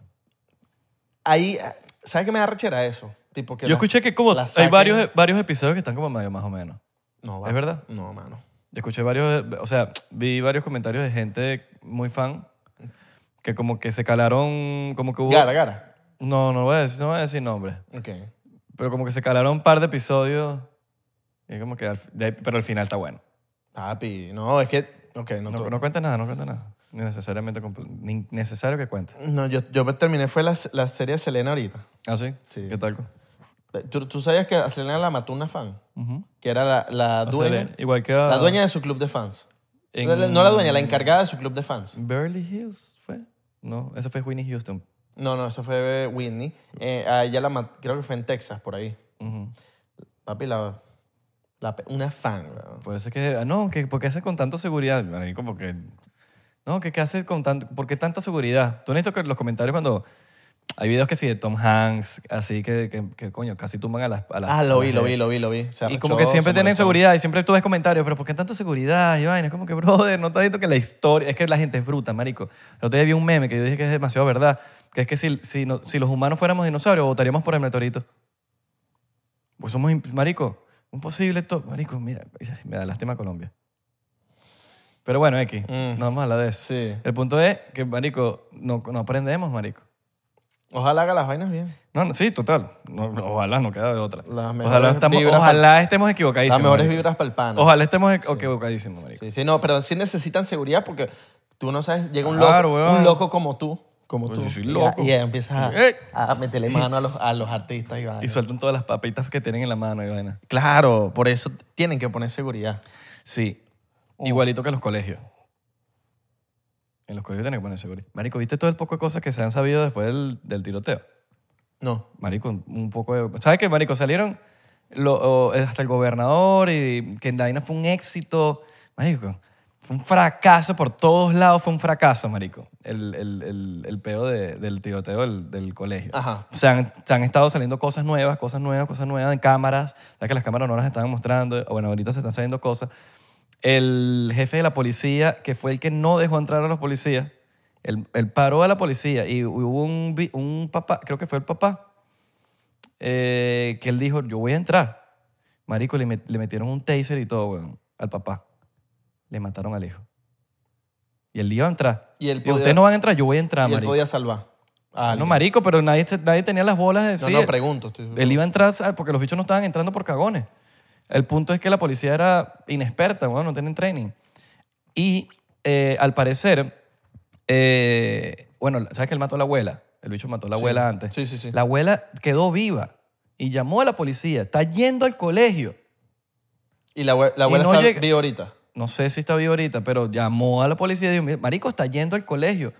S1: Ahí, ¿sabes qué me da rechera eso? Tipo que
S2: Yo
S1: la-
S2: escuché que como
S1: la
S2: hay
S1: saquen-
S2: varios, varios episodios que están como medio más o menos.
S1: No, va.
S2: ¿Es verdad?
S1: No, mano.
S2: Yo escuché varios, o sea, vi varios comentarios de gente muy fan que como que se calaron, como que hubo...
S1: Gara, gara.
S2: No, no voy a decir, no voy a decir nombres.
S1: Ok.
S2: Pero como que se calaron un par de episodios. Y como que al fi- de ahí- pero al final está bueno.
S1: Papi, no, es que... Ok, no,
S2: No,
S1: to-
S2: no cuenta nada, no cuenta nada. Ni necesariamente comple- ni necesario que cuente.
S1: No, yo, yo terminé, fue la, la serie de Selena ahorita.
S2: ¿Ah, sí?
S1: Sí.
S2: ¿Qué tal?
S1: ¿Tú, tú sabías que a Selena la mató una fan?
S2: Ujú.
S1: Que era la, la
S2: O sea,
S1: dueña...
S2: le- igual que a-
S1: La dueña de su club de fans.
S2: Ah. en-
S1: No, la- No la dueña, la encargada de su club de fans.
S2: Beverly Hills fue. No, esa fue Winnie Houston.
S1: No, no, eso fue Whitney. Eh, a ella la mató, creo que fue en Texas, por ahí.
S2: Ujú.
S1: Papi, la, la pe- una fan, weón.
S2: Por eso es que. ah, No, que, ¿por qué haces con tanta seguridad? Marico, porque. No, que, ¿qué haces con tanto. ¿Por qué tanta seguridad? Tú necesitas que los comentarios cuando. Hay videos que sí de Tom Hanks, así que, que, que, coño, casi tumban a las. a las-
S1: Ah,
S2: a
S1: lo vi, lo
S2: las-
S1: vi, lo vi, lo vi. Se
S2: Y
S1: arrechó,
S2: como que siempre
S1: se
S2: tienen
S1: molestó.
S2: seguridad y siempre tú ves comentarios, pero ¿por qué tanta seguridad? Y vaina, es como que, brother, no te has visto que la historia, es que la gente es bruta, marico. El otro día vi un meme que yo dije que es demasiado verdad, que es que si, si, no- si los humanos fuéramos dinosaurios, votaríamos por el meteorito. Pues somos, imp- marico, un posible top. Marico, mira, me da lástima Colombia. Pero bueno, X,
S1: Mm.
S2: no vamos a hablar de eso.
S1: Sí.
S2: El punto es que, marico, no, no aprendemos, marico.
S1: Ojalá haga las vainas bien.
S2: No, no, sí, total. No, ojalá no queda de otra.
S1: Las
S2: Ojalá,
S1: mejores
S2: estamos-
S1: vibras pa'l-
S2: ojalá estemos
S1: Las
S2: equivocadísimos.
S1: mejores
S2: marico.
S1: vibras para el pan.
S2: Ojalá estemos equ- equivocadísimos, marico.
S1: Sí, sí, no, pero sí necesitan seguridad porque tú no sabes, llega un
S2: Claro,
S1: loco,
S2: weón.
S1: un loco como tú, como
S2: Pues
S1: tú.
S2: yo soy
S1: y-
S2: loco.
S1: Y, ahí empiezas a,
S2: ¡Eh!
S1: a meterle mano a los, a los artistas y
S2: Y
S1: vainas.
S2: sueltan todas las papitas que tienen en la mano y vaina.
S1: Claro, por eso tienen que poner seguridad.
S2: Sí. Oh. Igualito que en los colegios. En los colegios tienen que poner seguridad. Marico, ¿viste todo el poco de cosas que se han sabido después del, del tiroteo?
S1: No.
S2: Marico, un- un poco de... ¿Sabes qué, marico? Salieron lo- o- hasta el gobernador y que la vaina fue un éxito. Marico, fue un fracaso por todos lados. Fue un fracaso, marico. El, el, el, el pedo de- del tiroteo del, del colegio.
S1: Ajá.
S2: se han, se han estado saliendo cosas nuevas, cosas nuevas, cosas nuevas en cámaras, ya que las cámaras no las estaban mostrando, o bueno, ahorita se están saliendo cosas. El jefe de la policía, que fue el que no dejó entrar a los policías, el, paró a la policía y hubo un, vi- un papá, creo que fue el papá, eh, que él dijo, yo voy a entrar. Marico, le, met- le metieron un taser y todo, weón, al papá. Le mataron al hijo. Y él iba a entrar.
S1: Y él
S2: Y
S1: podía-
S2: ustedes no van a entrar, yo voy a entrar,
S1: y él
S2: marico.
S1: podía salvar. a
S2: Ah, No,
S1: alguien.
S2: marico, eh. pero nadie, se- nadie tenía las bolas de
S1: No,
S2: decir.
S1: no, pregunto. estoy-
S2: Él iba a entrar ¿sabes? porque los bichos no estaban entrando por cagones. El punto es que la policía era inexperta, bueno, no tienen training. Y eh, al parecer, eh, bueno, ¿sabes que él mató a la abuela? El bicho mató a la
S1: Sí.
S2: abuela antes.
S1: Sí, sí, sí.
S2: La abuela quedó viva y llamó a la policía. Está yendo al colegio.
S1: Y la, abue- la
S2: Y
S1: abuela
S2: no
S1: está
S2: llega-
S1: viva ahorita.
S2: No sé si está viva ahorita, pero llamó a la policía y dijo, "Mira, marico, está yendo al colegio.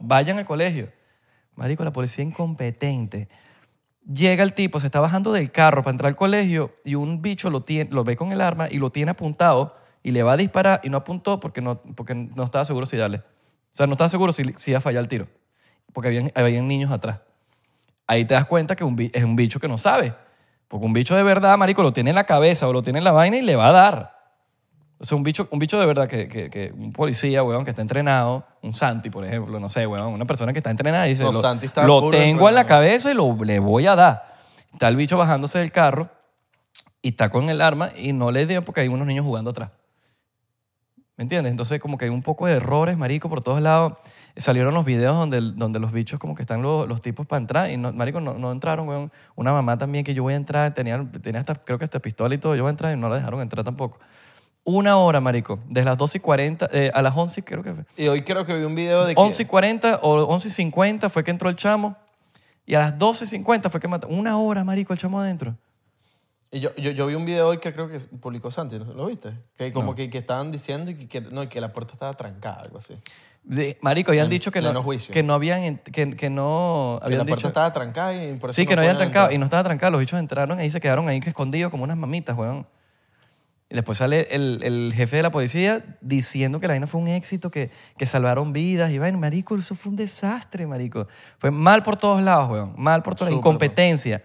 S2: Vayan al colegio. Marico, la policía incompetente. Llega el tipo, se está bajando del carro para entrar al colegio y un bicho lo, tiene, lo ve con el arma y lo tiene apuntado y le va a disparar y no apuntó porque no, porque no estaba seguro si darle. O sea, no estaba seguro si, si iba a fallar el tiro. Porque habían, habían niños atrás. Ahí te das cuenta que un bi- es un bicho que no sabe. Porque un bicho de verdad, marico, lo tiene en la cabeza o lo tiene en la vaina y le va a dar. O sea, un bicho, un bicho de verdad, que, que- que un policía, weón, que está entrenado, un Santi, por ejemplo, no sé, weón, una persona que está entrenada y dice,
S1: No,
S2: lo,
S1: Santi está
S2: lo
S1: puro
S2: tengo en la
S1: entrenado.
S2: cabeza y lo, le voy a dar. Está el bicho bajándose del carro y está con el arma y no le dio porque hay unos niños jugando atrás. ¿Me entiendes? Entonces, como que hay un poco de errores, marico, por todos lados. Salieron los videos donde, donde los bichos, como que están los, los tipos para entrar. Y, no, marico, no, no entraron, weón. Una mamá también que yo voy a entrar, tenía, tenía hasta, creo que hasta pistola y todo. Yo voy a entrar y no la dejaron entrar tampoco. Una hora, marico. Desde las 12 y 40, eh, a las 11, creo que fue.
S1: Y hoy creo que vi un video de que...
S2: 11 y 40 o 11 y 50 fue que entró el chamo. Y a las 12 y 50 fue que mató. Una hora, marico, el chamo adentro.
S1: Y yo, yo, yo vi un video hoy que creo que publicó Santi, ¿no? ¿lo viste? Que como que, que estaban diciendo y que, que- no, y que la puerta estaba trancada, algo así. Que
S2: De- marico, habían dicho que
S1: pleno
S2: no,
S1: juicio.
S2: que no habían, ent- que, que no
S1: la
S2: habían
S1: puerta
S2: dicho.
S1: estaba trancada y por eso
S2: Sí, que no habían
S1: podían
S2: trancado.
S1: entrar.
S2: Y no estaba trancado. Los bichos entraron ahí y se quedaron ahí que escondidos como unas mamitas, weón. Y después sale el, el jefe de la policía diciendo que la vaina fue un éxito, que, que salvaron vidas. Y vaina, marico, eso fue un desastre, marico. Fue mal por todos lados, weón. Mal por toda la
S1: Súper,
S2: incompetencia.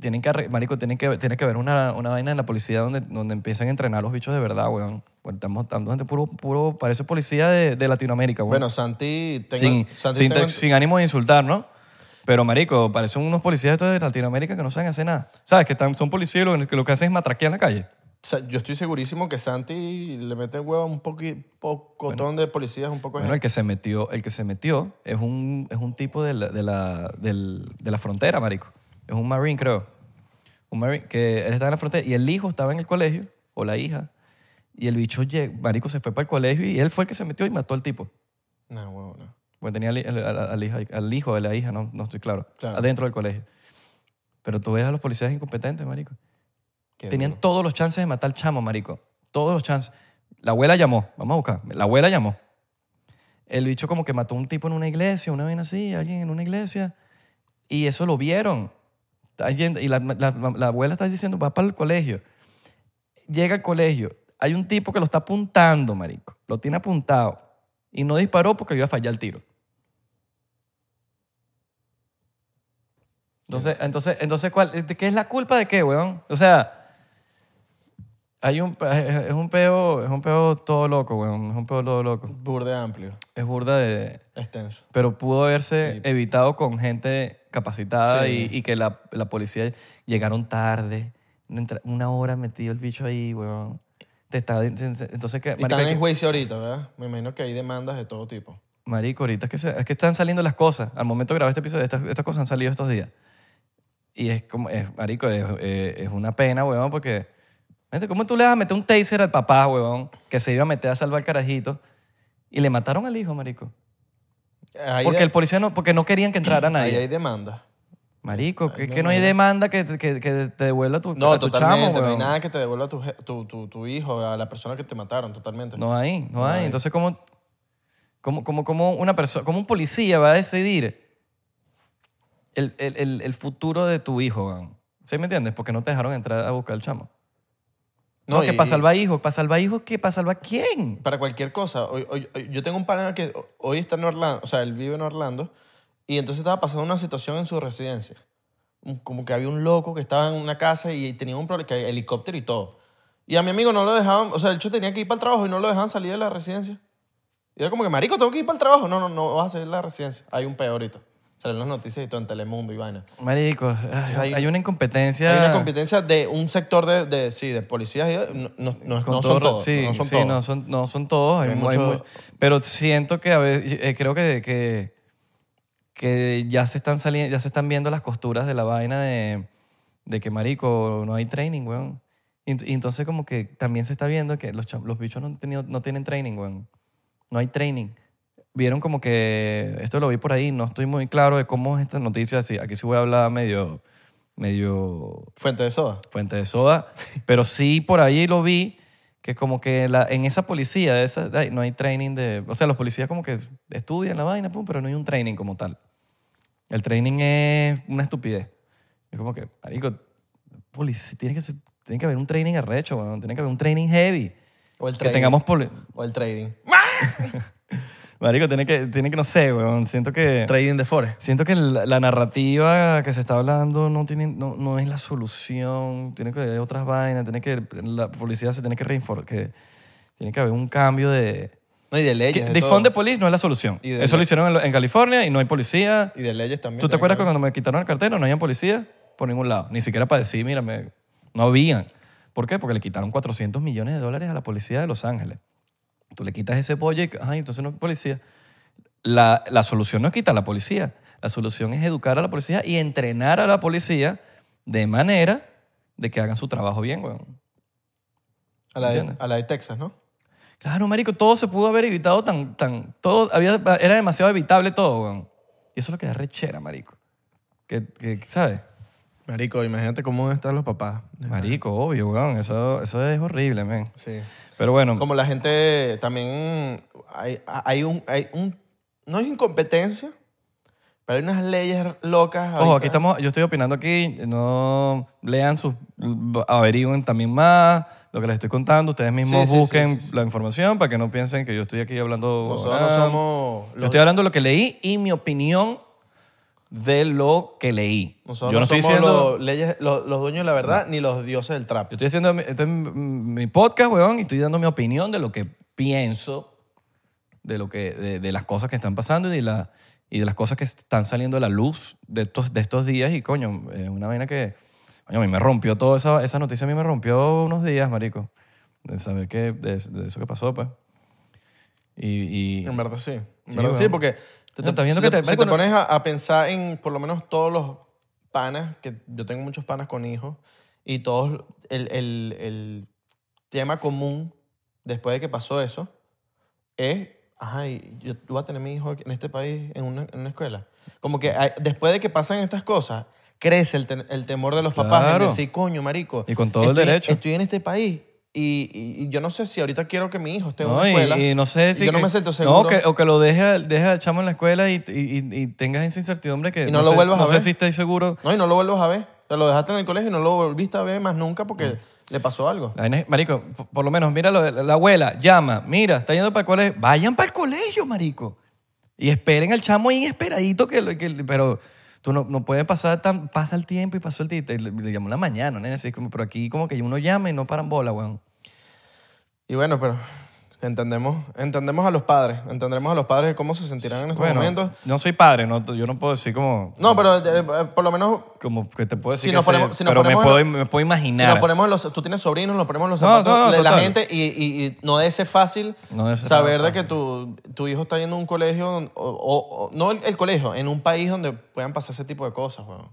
S2: Tienen que, arre- marico, tienen que, tiene que haber una, una vaina en la policía donde, donde empiezan a entrenar a los bichos de verdad, weón. Porque estamos, estamos ante puro, puro, parece policía de, de Latinoamérica, weón.
S1: Bueno, Santi... Tengo,
S2: Sin,
S1: Santi
S2: sin-
S1: tengo-
S2: sin ánimo de insultar, ¿no? Pero, marico, parecen unos policías estos de Latinoamérica que no saben hacer nada. ¿Sabes? Que están, son policías y lo que, lo que hacen es matraquear en la calle.
S1: O sea, yo estoy segurísimo que Santi le mete el huevo a un poqui, pocotón de policías, un poco de
S2: Bueno, el que se metió, el que se metió es un, es un tipo de la, de, la, del- de la frontera, marico. Es un marine, creo. Un marine que él estaba en la frontera y el hijo estaba en el colegio, o la hija, y el bicho, lleg- marico, se fue para el colegio y él fue el que se metió y mató al tipo.
S1: gente. No, huevo, no.
S2: Porque tenía al, al- al- al hija- al hijo de la hija, no, no estoy claro,
S1: Claro.
S2: Adentro del colegio. Pero tú ves a los policías incompetentes, marico.
S1: Qué
S2: Tenían
S1: duro.
S2: todos los chances de matar al chamo, marico. Todos los chances. La abuela llamó. Vamos a buscar. La abuela llamó. El bicho como que mató a un tipo en una iglesia, una vez así, alguien en una iglesia. Y eso lo vieron. Está yendo- y la, la- la abuela está diciendo, va para el colegio. Llega al colegio. Hay un tipo que lo está apuntando, marico. Lo tiene apuntado. Y no disparó porque iba a fallar el tiro. Entonces, entonces, entonces ¿cuál, ¿qué es la culpa de qué, weón? O sea... Hay un, es un peo, es un peo todo loco, weón. Es un peo todo loco.
S1: Burde amplio,
S2: Es burda de...
S1: extenso.
S2: Pero pudo haberse
S1: Sí.
S2: evitado con gente capacitada
S1: Sí.
S2: y, y que la, la policía llegaron tarde. No entra- Una hora metido el bicho ahí, weón. Te está... Entonces, ¿qué?
S1: Y están
S2: hay
S1: en
S2: que-
S1: juicio ahorita, ¿verdad? Me imagino que hay demandas de todo tipo.
S2: Marico, ahorita es que, se- es que están saliendo las cosas. Al momento de grabar este episodio, estas, estas cosas han salido estos días. Y es como, es, marico, es, eh, es una pena, weón, porque... gente, ¿Cómo tú le vas a meter un taser al papá, weón, que se iba a meter a salvar al carajito? Y le mataron al hijo, marico.
S1: Ahí
S2: Porque
S1: de-
S2: el policía no... Porque no querían que entrara
S1: ahí
S2: nadie.
S1: hay demandas.
S2: Marico, que,
S1: Ay, no,
S2: que no hay
S1: mira.
S2: demanda que, te- que- que te devuelva tu,
S1: No,
S2: a tu
S1: totalmente. no
S2: chamo,
S1: hay
S2: Pues weón.
S1: nada que te devuelva tu, je- tu, tu, tu hijo, a la persona que te mataron, totalmente.
S2: No hay, no, hay.
S1: hay.
S2: Entonces, ¿cómo, cómo, cómo, cómo una persona, cómo un policía va a decidir el, el- el- el futuro de tu hijo, weón? ¿Sí me entiendes? Porque no te dejaron entrar a buscar al chamo. No,
S1: No,
S2: que
S1: y-
S2: para salvar hijos. ¿Para salvar hijos qué? ¿Para salvar quién?
S1: Para cualquier cosa. Hoy- hoy- hoy- yo tengo un pana que hoy está en Orlando, o sea, él vive en Orlando, y entonces estaba pasando una situación en su residencia. Un- Como que había un loco que estaba en una casa y tenía un problema, que había helicóptero y todo. Y a mi amigo no lo dejaban, o sea, el chico tenía que ir para el trabajo y no lo dejaban salir de la residencia. Y era como que, marico, tengo que ir para el trabajo. No, no, no vas a salir de la residencia. Hay un peor ahorita. Salen las noticias y todo en Telemundo y vaina.
S2: Marico, ay, hay,
S1: hay-
S2: una incompetencia.
S1: Hay una competencia de un sector de, de- sí, de policías. y- No, no- no-
S2: Con
S1: no
S2: todo
S1: son
S2: re-
S1: todos.
S2: Sí,
S1: no son
S2: sí,
S1: todos.
S2: no son, no son todos. hay
S1: Hay
S2: mu- hay
S1: mucho-
S2: mu- pero siento que a veces, eh, creo que, que, que ya se están saliendo, ya se están viendo las costuras de la vaina de, de que marico, no hay training, weón. Y, ent- y entonces como que también se está viendo que los, cha- los bichos no, han tenido- no tienen training, weón. No hay training. vieron como que esto lo vi por ahí, no estoy muy claro de cómo es esta noticia, sí, aquí sí voy a hablar medio, medio
S1: Fuente de soda.
S2: fuente de soda, pero sí por ahí lo vi que como que la- en esa policía de esa, ay, no hay training de, o sea, los policías como que estudian la vaina, pum, pero no hay un training como tal. El training es una estupidez. Es como que, marico, polic- tiene que ser- tiene que haber un training arrecho, weón, tiene que haber un training heavy.
S1: O el
S2: Que
S1: trading.
S2: tengamos poli-
S1: O el trading.
S2: Marico, tiene que, tiene que no sé, weón, siento que
S1: Trading de Forex.
S2: Siento que la, la narrativa que se está hablando no, tiene, no, no es la solución. Tiene que haber otras vainas. Tiene que, la policía se tiene que reinformar. Que tiene que haber un cambio de...
S1: No, y de
S2: que pues,
S1: leyes. de todo.
S2: defund the police no es la solución.
S1: Y de
S2: Eso
S1: la-
S2: lo hicieron en, lo- en California y no hay policía.
S1: Y de leyes también.
S2: ¿Tú te
S1: tiene
S2: acuerdas
S1: que
S2: que cuando me quitaron el cartero no había policía por ningún lado? Ni siquiera para decir, mira, me- no habían. ¿Por qué? Porque le quitaron 400 millones de dólares a la policía de Los Ángeles. Tú le quitas ese pollo y ay, entonces no hay policía. La, la solución no es quitar a la policía. La solución es educar a la policía y entrenar a la policía de manera de que hagan su trabajo bien, weón.
S1: ver. A la, de,
S2: ¿Entiendes?
S1: a la de Texas, ¿no?
S2: Claro, marico, todo se pudo haber evitado tan... tan todo había, Era demasiado evitable todo, weón. Y eso es lo que da rechera, marico. Que, que, ¿Sabes?
S1: Marico, imagínate cómo están los papás.
S2: Marico, obvio, weón. Eso, eso es horrible, men.
S1: Sí.
S2: Pero bueno,
S1: Como la gente también. Hay, hay, un, hay un. No es incompetencia, pero hay unas leyes locas.
S2: ojo,
S1: ahorita.
S2: aquí estamos, yo estoy opinando aquí, no lean sus, averigüen también más lo que les estoy contando, ustedes mismos
S1: Sí, sí, sí,
S2: busquen
S1: sí,
S2: la información para que no piensen que yo estoy aquí hablando...
S1: Nosotros no
S2: nada.
S1: somos.
S2: Yo
S1: Los,
S2: estoy hablando de lo que leí y mi opinión de lo que leí.
S1: nosotros
S2: yo
S1: no
S2: no estoy
S1: somos
S2: diciendo...
S1: los, leyes, los, los dueños de la verdad ni los dioses del trap.
S2: Yo estoy haciendo mi, este es mi- mi podcast, weón, y estoy dando mi opinión de lo que pienso, de, lo que, de, de las cosas que están pasando y de, la, y de las cosas que están saliendo a la luz de estos, de estos días. Y coño, es una vaina que. Coño, a mí me rompió toda esa, esa noticia, a mí me rompió unos días, marico. De saber que, de, de eso que pasó, pues. Y. y
S1: En verdad sí. En
S2: Sí,
S1: verdad
S2: weón.
S1: sí, porque
S2: No, estás viendo
S1: si
S2: que te-
S1: si
S2: marico, no-
S1: pones a, a pensar en por lo menos todos los panas, que yo tengo muchos panas con hijos, y todos el, el- el tema común después de que pasó eso es, ajá, y yo voy a tener mi hijo aquí en este país, en una, en una escuela. Como que hay- después de que pasan estas cosas, crece el, te- el temor de los papás en
S2: Claro.
S1: decir, coño, marico.
S2: Y con todo el
S1: estoy-
S2: derecho.
S1: Estoy en este país. Y, y- y yo no sé si ahorita quiero que mi hijo esté en
S2: No,
S1: una
S2: y-
S1: escuela.
S2: y, no sé si.
S1: Yo no
S2: que-
S1: me siento seguro.
S2: No, que- o que lo deje, al- deje al chamo en la escuela y, y- y- y tengas esa incertidumbre que.
S1: Y no lo
S2: sé-
S1: vuelvas a
S2: No sé
S1: ver.
S2: si estás seguro.
S1: No, y no lo vuelvas a ver. Te lo dejaste en el colegio y no lo volviste a ver más nunca porque le pasó algo.
S2: La vaina es- marico, por, por lo menos, mira, lo de la, la abuela llama, mira, está yendo para el colegio. Vayan para el colegio, marico. Y esperen al chamo ahí esperadito que, lo- que- pero tú no, no puedes pasar tan, pasa el tiempo y pasó el tiempo. Le, le llamó en la mañana, ¿no? Así como, pero aquí como que uno llama y no paran bola, weón.
S1: Y bueno, pero entendemos, entendemos a los padres. Entendemos a los padres de cómo se sentirán en estos
S2: Bueno,
S1: momentos.
S2: no soy padre, no, yo no puedo decir como,
S1: No, pero eh, eh, por lo menos
S2: como que te puedo
S1: Si
S2: decir que
S1: nos
S2: sé,
S1: ponemos- si nos
S2: pero me,
S1: ponemos
S2: puedo,
S1: en
S2: me puedo
S1: si
S2: imaginar.
S1: nos ponemos en los, tú tienes sobrinos, nos ponemos en los
S2: No,
S1: zapatos
S2: no, no,
S1: de la
S2: total.
S1: gente y, y- y no debe ser fácil
S2: No debe ser
S1: saber
S2: nada
S1: de que tu, tu hijo está yendo a un colegio, o, o- o- no el, el colegio, en un país donde puedan pasar ese tipo de cosas. weón.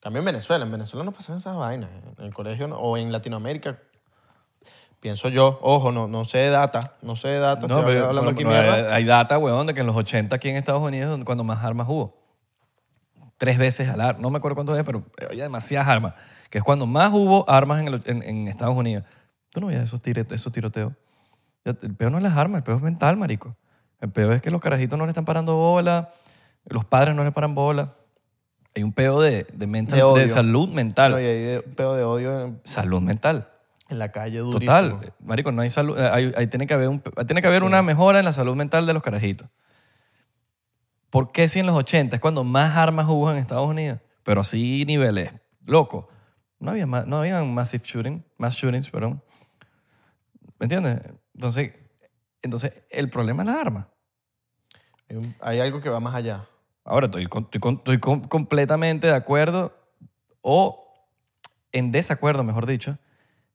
S1: También en Venezuela, en Venezuela no pasan esas vainas, en el colegio no- o en Latinoamérica. Pienso yo, ojo, no, no sé de data, no sé de data,
S2: No, eh,
S1: estoy
S2: pero-
S1: hablando
S2: pero-
S1: aquí
S2: pero
S1: mierda.
S2: hay- hay data, weón, de que en los 80 aquí en Estados Unidos, donde- cuando más armas hubo, tres veces al ar- no me acuerdo cuántas veces, pero había demasiadas armas, que es cuando más hubo armas en, el- en- en Estados Unidos. Tú no veías esos, tire- esos tiroteos. Ya- El peor no es las armas, el peor es mental, marico. El peor es que los carajitos no le están parando bola, los padres no le paran bola. Hay un peor de, de, mental-
S1: De
S2: de
S1: odio.
S2: salud mental.
S1: No, y hay de- pedo de odio en,
S2: Salud mental.
S1: en la calle
S2: Total,
S1: durísimo.
S2: eh, marico, no hay salud, eh, hay- hay- tiene que haber, un- tiene que haber una mejora en la salud mental de los carajitos. ¿Por qué si en los 80 es cuando más armas hubo en Estados Unidos? Pero sí niveles, loco. No había, ma- no había massive shooting, mass shootings, perdón. ¿Me entiendes? Entonces, entonces el problema es las armas.
S1: Hay un- Hay algo que va más allá.
S2: Ahora, estoy, con- estoy con- estoy con- completamente de acuerdo o en desacuerdo, mejor dicho,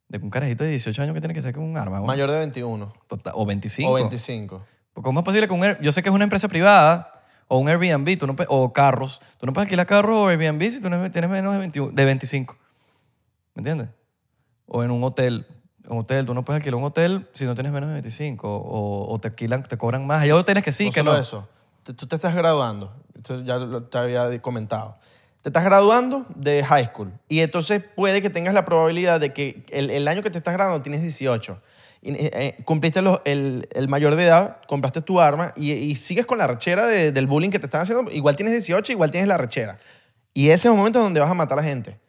S2: de que un carajito de 18 años que tiene que ser con un arma. ¿no?
S1: Mayor de 21
S2: Total- pues, o 25.
S1: o 25.
S2: ¿Cómo es posible que un Air- yo sé que es una empresa privada o un Airbnb tú no puedes- o carros, tú no puedes alquilar carros o Airbnb si tú no tienes menos de, 21 de 25. ¿Me entiendes? O en un hotel. un hotel, tú no puedes alquilar un hotel si no tienes menos de 25 o, o te alquilan, te cobran más. Allá lo tienes que sí,
S1: no
S2: que
S1: solo
S2: no.
S1: eso. Te- Tú te estás graduando. Esto ya lo- te había comentado. Te estás graduando de high school. Y entonces puede que tengas la probabilidad de que el, el año que te estás graduando tienes 18. Y, eh, eh, cumpliste los- el, el mayor de edad, compraste tu arma y, y sigues con la rechera de- del bullying que te están haciendo. Igual tienes 18, igual tienes la rechera. Y ese es el momento donde vas a matar a la gente.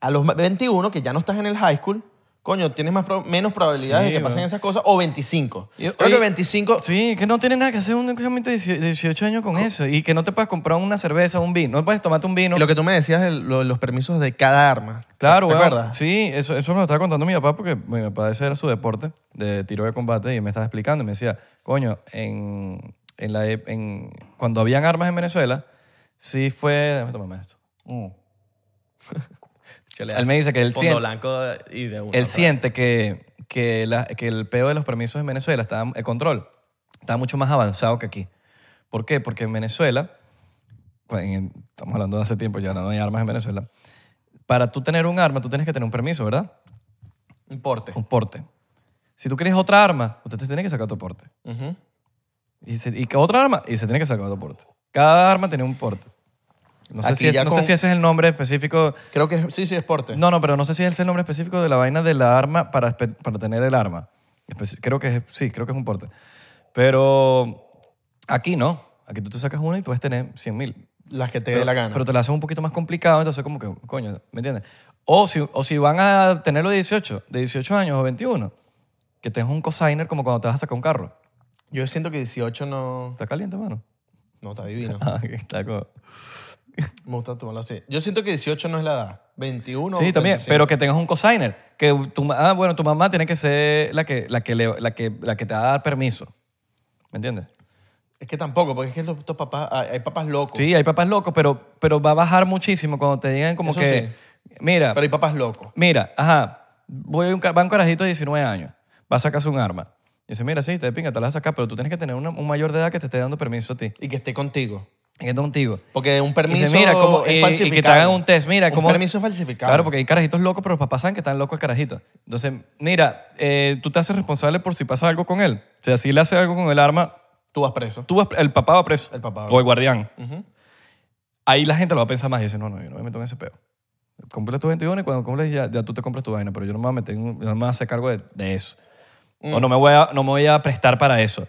S1: A los 21, que ya no estás en el high school, coño, tienes más prob- menos probabilidades
S2: Sí,
S1: de que pasen
S2: weón.
S1: esas cosas. O 25.
S2: Y-
S1: Creo
S2: oye,
S1: que 25
S2: Sí, que no tiene nada que hacer un exactamente 18 años con eso y que no te puedes comprar una cerveza, un vino, no puedes tomarte un vino.
S1: Y lo que tú me decías, el- lo- los permisos de cada arma.
S2: Claro,
S1: ¿Te
S2: weón.
S1: acuerdas?
S2: Sí, eso, eso me lo estaba contando mi papá porque mi papá ese era su deporte de tiro de combate y me estaba explicando y me decía, coño, en, en la, ep- en, cuando habían armas en Venezuela, sí fue... Déjame tomarme esto. Mm. Él me dice que él
S1: Fondo
S2: siente-
S1: blanco y de una.
S2: Él siente que, que, la- que el peo de los permisos en Venezuela, estaba, el control, está mucho más avanzado que aquí. ¿Por qué? Porque en Venezuela, pues, en- estamos hablando de hace tiempo, ya no hay armas en Venezuela, para tú tener un arma, tú tienes que tener un permiso, ¿verdad?
S1: Un porte.
S2: Un porte. Si tú quieres otra arma, usted te tiene que sacar tu porte.
S1: Ujú.
S2: Y, se- y que otra arma, y se tiene que sacar otro porte. Cada arma tiene un porte. No sé,
S1: Aquí
S2: si, es-
S1: ya
S2: no
S1: con-
S2: sé si ese es el nombre específico.
S1: Creo que es- sí, sí, es porte.
S2: No, no, pero no sé si es el nombre específico de la vaina de la arma para, espe- para tener el arma. Espe- Creo que es, sí, creo que es un porte. Pero aquí no. Aquí tú te sacas una y puedes tener 100 mil.
S1: Las que te
S2: Pero,
S1: dé la gana.
S2: pero te la hacen un poquito más complicado, entonces como que, coño, ¿me entiendes? O si, o si van a tenerlo de 18, de 18 años o 21, que tengas un cosigner como cuando te vas a sacar un carro.
S1: Yo siento que 18 no.
S2: Está caliente, mano.
S1: No, está divino.
S2: Ah, que está como-
S1: Me gusta tomarlo así. Yo siento que 18 no es la edad. 21.
S2: sí, también,
S1: 25.
S2: pero que tengas un cosigner. Que tu, ma- ah, bueno, tu mamá tiene que ser la que, la que, le- la que, la que te va a dar permiso. ¿Me entiendes?
S1: Es que tampoco, porque es que los, estos papás. ah, Hay, hay papás locos.
S2: Sí, hay papás locos, pero, pero va a bajar muchísimo cuando te digan como
S1: Eso
S2: que, mira,
S1: Pero hay papás locos.
S2: mira, ajá, voy a un, ca- va un carajito de 19 años, va a sacarse un arma. Dice, mira, sí, te pinga, te la vas a sacar, pero tú tienes que tener una- un mayor de edad que te esté dando permiso a ti.
S1: Y que esté contigo.
S2: Y que es contigo.
S1: Porque un permiso.
S2: Dice, mira, como,
S1: es
S2: y, y
S1: falsificable.
S2: que te hagan un test, mira,
S1: Un
S2: como...
S1: permiso es falsificable.
S2: Claro, porque hay carajitos locos, pero los papás saben que están locos el carajito. Entonces, mira, eh, tú te haces responsable por si pasa algo con él. O sea, si le hace algo con el arma,
S1: Tú vas preso.
S2: tú vas- el papá va preso.
S1: El papá va
S2: O el guardián.
S1: Ujú.
S2: Ahí la gente lo va a pensar más y dice, no, no, yo no me meto en ese peo. Cumple tus 21 y cuando cumples ya, ya tú te compras tu vaina, pero yo no me voy a meter, en un- yo no me voy a hacer cargo de, de eso. O
S1: Mm.
S2: no me, voy a, no me voy a prestar para eso.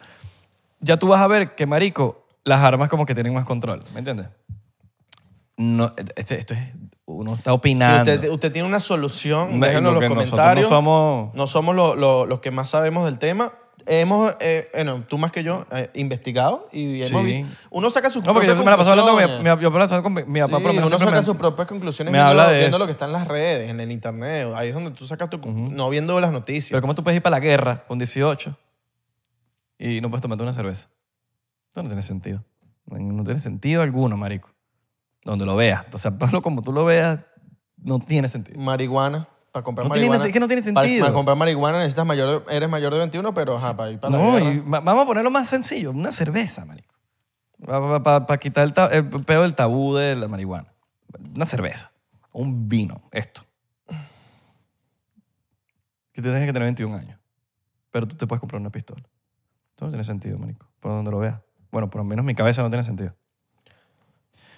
S2: Ya tú vas a ver que, marico, las armas como que tienen más control, ¿me entiendes? No, este- esto es, uno está opinando.
S1: Si usted, usted tiene una solución,
S2: Me-
S1: déjenos
S2: lo
S1: en
S2: que
S1: los
S2: nosotros
S1: comentarios.
S2: no somos-
S1: no somos lo- lo- los que más sabemos del tema. Hemos, eh, bueno, tú más que yo, eh, investigado y hemos
S2: Sí.
S1: visto. Uno saca sus
S2: no, porque yo
S1: propias
S2: me la paso hablando con mi,
S1: conclusiones.
S2: mi- yo me la paso con mi- mi papá,
S1: Sí,
S2: por lo menos
S1: uno
S2: siempre
S1: saca
S2: me-
S1: sus propias conclusiones
S2: me
S1: viendo,
S2: habla de
S1: viendo
S2: eso.
S1: lo que está en las redes, en el internet. Ahí es donde tú sacas tu... No viendo las noticias.
S2: Pero ¿cómo tú puedes ir para la guerra con 18 y no puedes tomarte una cerveza? Esto no tiene sentido. No tiene sentido alguno, marico. Donde lo veas. O sea, Pablo, como tú lo veas, no tiene sentido.
S1: marihuana. Para comprar
S2: No tiene-
S1: marihuana.
S2: es que no tiene
S1: para-
S2: sentido.
S1: Para, comprar marihuana necesitas mayor, eres mayor de 21, pero ajá, para ir para la
S2: No,
S1: guerra.
S2: y va- vamos a ponerlo más sencillo. Una cerveza, marico. Para quitar el, ta- el peo del tabú de la marihuana. Una cerveza. Un vino. Esto. Que te tienes que tener 21 años. Pero tú te puedes comprar una pistola. Esto no tiene sentido, marico. Por donde lo veas. Bueno, por lo menos en mi cabeza no tiene sentido.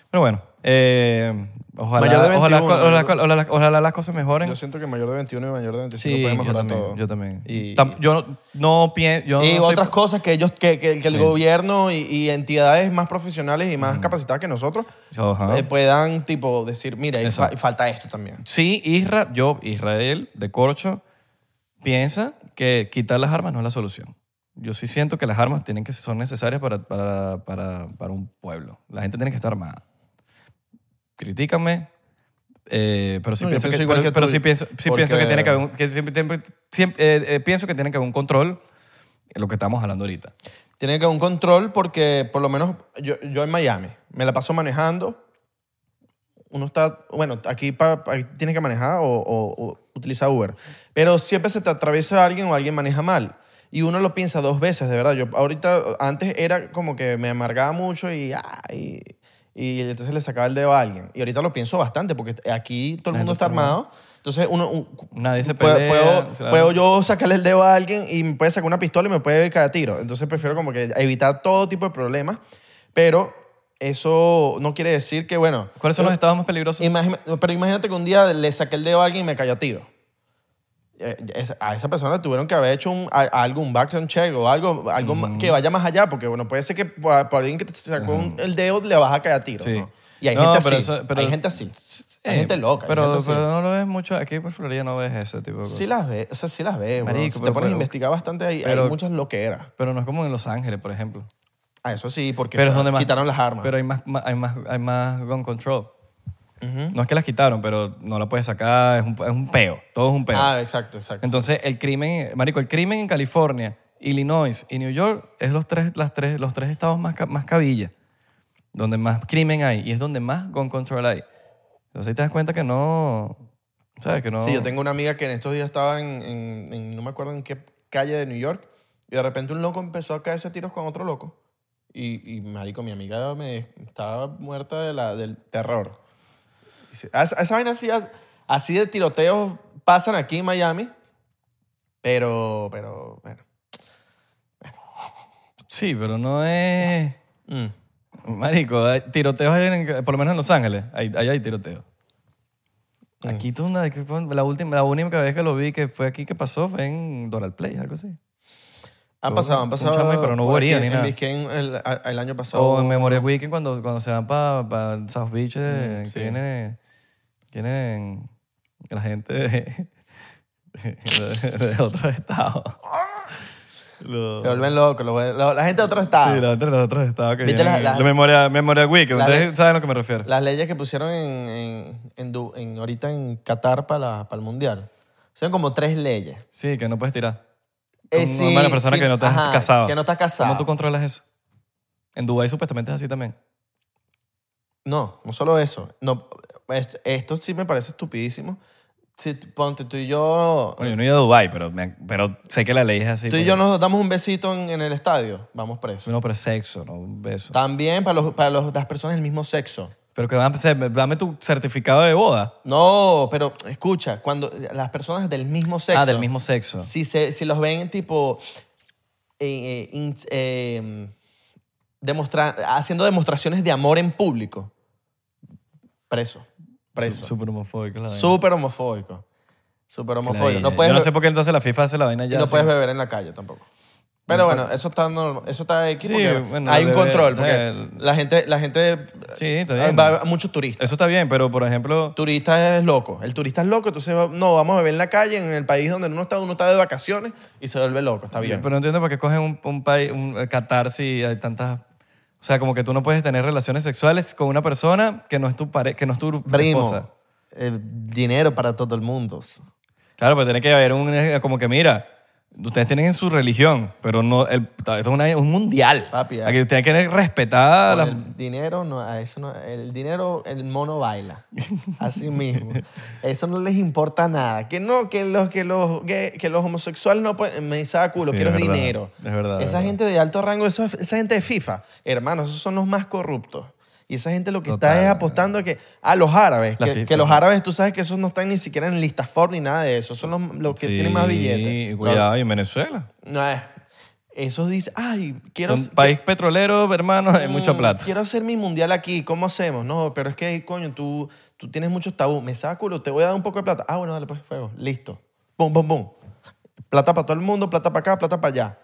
S2: Pero bueno. eh,
S1: Mayor de
S2: ojalá, ojalá,
S1: 21,
S2: ojalá- ojalá- ojalá las cosas mejoren.
S1: Yo siento que mayor de 21 y mayor de 25
S2: Sí,
S1: pueden
S2: yo
S1: mejorar
S2: también,
S1: todo.
S2: yo también.
S1: Y-
S2: Tamp- yo no, no pien- yo
S1: y
S2: no soy-
S1: otras cosas que ellos que, que- que el
S2: Sí.
S1: gobierno y, y entidades más profesionales y más capacitadas que nosotros
S2: Ajá.
S1: eh, puedan tipo decir mira ahí fa-
S2: Exacto.
S1: falta esto también
S2: Sí, Isra, yo, Israel, de corcho, piensa que quitar las armas no es la solución. Yo sí siento que las armas tienen que, son necesarias para, para, para, para un pueblo. La gente tiene que estar armada. Critícame, eh, pero sí
S1: No, yo
S2: pienso
S1: pienso
S2: que,
S1: igual
S2: pero,
S1: que
S2: pero
S1: tú,
S2: sí pienso, sí
S1: porque-
S2: pienso que tiene que haber un, que siempre, siempre- siempre- eh, eh, pienso que tiene que haber un control en lo que estamos hablando ahorita.
S1: tiene que haber un control porque por lo menos yo, yo en Miami me la paso manejando uno está bueno aquí, pa- pa- tienes que manejar o, o- o utiliza Uber pero siempre se te atraviesa alguien o alguien maneja mal y uno lo piensa dos veces de verdad yo ahorita antes era como que me amargaba mucho y, ah, y- y entonces le sacaba el dedo a alguien. Y ahorita lo pienso bastante porque aquí todo el
S2: La
S1: mundo está
S2: gente está armada.
S1: armado. Entonces uno... un-
S2: Nadie se
S1: puedo,
S2: pelea.
S1: puedo-
S2: claro.
S1: puedo yo sacarle el dedo a alguien y me puede sacar una pistola y me puede caer a tiro. Entonces prefiero como que evitar todo tipo de problemas. Pero eso no quiere decir que, bueno...
S2: ¿Cuáles son los estados más peligrosos?
S1: Imagina- pero imagínate que un día le saqué el dedo a alguien y me cayó a tiro. Eh, esa- a esa persona le tuvieron que haber hecho un, a- algo, un background check o algo, algo ma- que vaya más allá, porque bueno, puede ser que por, por alguien que te sacó un- el dedo le vas a caer a tiro.
S2: Sí.
S1: ¿no? Y hay
S2: No,
S1: gente
S2: pero
S1: así.
S2: eso- pero-
S1: hay gente así. Hay
S2: Eh,
S1: gente loca. hay
S2: Pero,
S1: gente así.
S2: pero no lo ves mucho. Aquí por Florida no ves ese tipo de cosas.
S1: Sí las ves, o sea, sí las ves, bro.
S2: Marico,
S1: Si te
S2: pero-
S1: pones a
S2: pero-
S1: investigar bastante, hay, hay
S2: pero-
S1: muchas loqueras.
S2: Pero no es como en Los Ángeles, por ejemplo.
S1: Ah, eso sí, porque
S2: Pero es donde más.
S1: quitaron las armas.
S2: Pero hay más, ma- hay más, hay más gun control. No es que las quitaron, pero no la puedes sacar. Es un, es un peo. Todo es un peo.
S1: ah, exacto, exacto.
S2: Entonces, el crimen, marico, el crimen en California, Illinois y New York es los tres, las tres, los tres estados más, ca- más cabilla, donde más crimen hay y es donde más gun control hay. Entonces ahí te das cuenta que no, ¿sabes? Que no...
S1: Sí, yo tengo una amiga que en estos días estaba en, en- en- no me acuerdo en qué calle de New York, y de repente un loco empezó a caerse a tiros con otro loco. Y, y marico, mi amiga me estaba muerta de la, del terror. Y se- a- a Esa vaina así, as- así de tiroteos pasan aquí en Miami, pero, pero, bueno.
S2: Sí, pero no es...
S1: Mm.
S2: Marico, hay tiroteos hay en- por lo menos en Los Ángeles, ahí hay, hay tiroteos.
S1: Mm.
S2: Aquí tú, una- la, última, la única vez que lo vi que fue aquí que pasó fue en Doral Play, algo así.
S1: Han
S2: Hubo
S1: pasado, han
S2: un
S1: pasado.
S2: chamo ahí, pero no hubo
S1: por aquí
S2: herida
S1: en-
S2: ni
S1: en
S2: nada.
S1: Biscayne el, a- el año pasado.
S2: O en
S1: hubo-
S2: Memorial Weekend cuando, cuando se van para South Beach, eh,
S1: Mm,
S2: que
S1: sí.
S2: viene, que vienen la gente de, de- de otros estados. Los-
S1: se vuelven locos. los- los- la gente de otro estado.
S2: Sí, la gente de los otros estados que
S1: ¿Viste
S2: vienen.
S1: la- la-
S2: de Memorial, Memorial Weekend,
S1: la-
S2: ustedes saben a lo que me refiero.
S1: Las leyes que pusieron en, en, en Du- en- ahorita en Qatar para, la- para el Mundial. Son como tres leyes.
S2: sí, que no puedes tirar.
S1: Eh,
S2: Con
S1: sí,
S2: una persona
S1: sí,
S2: que no estás
S1: ajá,
S2: casado.
S1: Que no estás casado.
S2: ¿Cómo tú controlas eso? En Dubái supuestamente es así también.
S1: No, no solo eso. No, esto, esto sí me parece estupidísimo. Si tú- ponte tú y yo...
S2: Bueno, yo no he ido a Dubái, pero, me- pero sé que la ley es así.
S1: tú y
S2: porque-
S1: yo nos damos un besito en, en el estadio. Vamos presos.
S2: No, pero es sexo, no un beso.
S1: También para, los, para los- las personas del mismo sexo.
S2: Pero que dame, dame tu certificado de boda. Ah,
S1: No, pero escucha, cuando las personas del mismo sexo...
S2: Ah, del mismo sexo.
S1: si, se, si los ven tipo eh, eh, in- eh, demostra- haciendo demostraciones de amor en público. Preso.
S2: Sú-
S1: Preso.
S2: Súper homofóbico la vaina.
S1: Súper homofóbico. Súper
S2: La
S1: homofóbico.
S2: vaina.
S1: No puedes,
S2: Yo no
S1: be-
S2: sé por qué entonces la FIFA hace la vaina
S1: y
S2: ya.
S1: no
S2: así.
S1: puedes beber en la calle tampoco. Pero bueno, eso está normal, eso está aquí
S2: Sí,
S1: porque
S2: bueno,
S1: hay un
S2: beber,
S1: control.
S2: o
S1: Porque
S2: sea, el-
S1: la gente, la gente
S2: Sí, está
S1: eh,
S2: bien.
S1: va muchos turistas.
S2: Eso está bien, pero por ejemplo,
S1: turista es loco. El turista es loco, entonces va- no, vamos a beber en la calle, en el país donde uno está, uno está de vacaciones y se vuelve loco. Está bien.
S2: pero no entiendo por qué cogen un, un país, un eh, Qatar si hay tantas... O sea, como que tú no puedes tener relaciones sexuales con una persona que no es tu pare... que no es tu
S1: Primo,
S2: esposa.
S1: eh, dinero para todo el mundo.
S2: Claro, pero tiene que haber un... eh, Como que mira, ustedes tienen su religión, pero no... el- esto es una- un mundial.
S1: Papi, ya.
S2: Aquí tienen que
S1: Con
S2: respetar... Las...
S1: el dinero, no, a eso no- el dinero, el mono baila. Así mismo. Eso no les importa nada. Que no, que los, que los, que, que los homosexuales no pueden. Me saca culo,
S2: Sí,
S1: quiero
S2: es verdad,
S1: dinero.
S2: es verdad, es
S1: Esa
S2: verdad.
S1: gente de alto rango, eso- esa gente de FIFA, hermanos, esos son los más corruptos. Y esa gente lo que está
S2: Total.
S1: es apostando a que a los árabes,
S2: La
S1: que,
S2: FIFA,
S1: que los
S2: ¿no?
S1: árabes tú sabes que esos no están ni siquiera en listas Ford ni nada de eso, son los, los que tienen más
S2: Sí,
S1: billetes.
S2: Cuidado, y en Venezuela.
S1: No, no es. Esos dicen, ay, quiero,
S2: un país petrolero, hermano, hay mucha
S1: Mm,
S2: plata.
S1: Quiero hacer mi mundial aquí, ¿cómo hacemos? No, pero es que, coño, tú, tú tienes muchos tabú. Me saco, culo, te voy a dar un poco de plata. Ah, bueno, dale, pues, fuego. Listo. Pum, pum, pum. Plata para todo el mundo, plata para acá, plata para allá.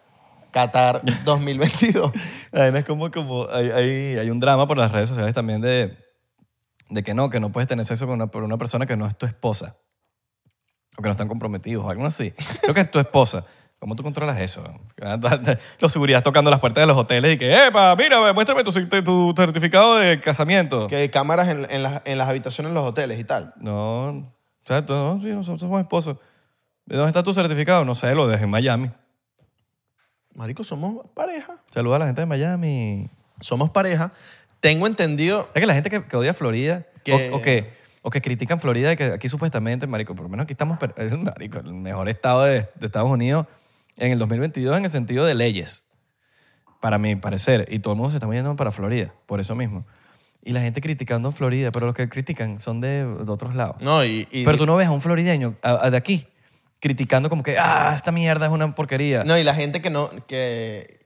S1: Qatar 2022.
S2: La vaina es como, como hay, hay, hay un drama por las redes sociales también de, de que no, que no puedes tener sexo con una, por una persona que no es tu esposa. O que no están comprometidos, o algo así. Creo que es tu esposa. ¿Cómo tú controlas eso? Los seguridad tocando las puertas de los hoteles y que, ¡epa! Mira, muéstrame tu, cer- tu certificado de casamiento.
S1: que hay cámaras en, en las, en las habitaciones, en los hoteles y tal.
S2: No, o sea, tú- no, sí, nosotros somos esposos. ¿De dónde está tu certificado? No sé, lo dejé en Miami.
S1: Marico, somos pareja.
S2: Saluda a la gente de Miami.
S1: Somos pareja. Tengo entendido.
S2: Es que la gente que, que odia Florida
S1: Que-
S2: O, o que, o que critican Florida, que aquí supuestamente, marico, por lo menos aquí estamos, per- es marico, el mejor estado de, de Estados Unidos en el 2022 en el sentido de leyes, para mi parecer. Y todo el mundo se está moviendo para Florida, por eso mismo. Y la gente criticando Florida, pero los que critican son de, de otros lados.
S1: No, y, y-
S2: Pero tú no ves a un florideño a- a de aquí criticando como que, ah, esta mierda es una porquería.
S1: No, y la gente que no, que...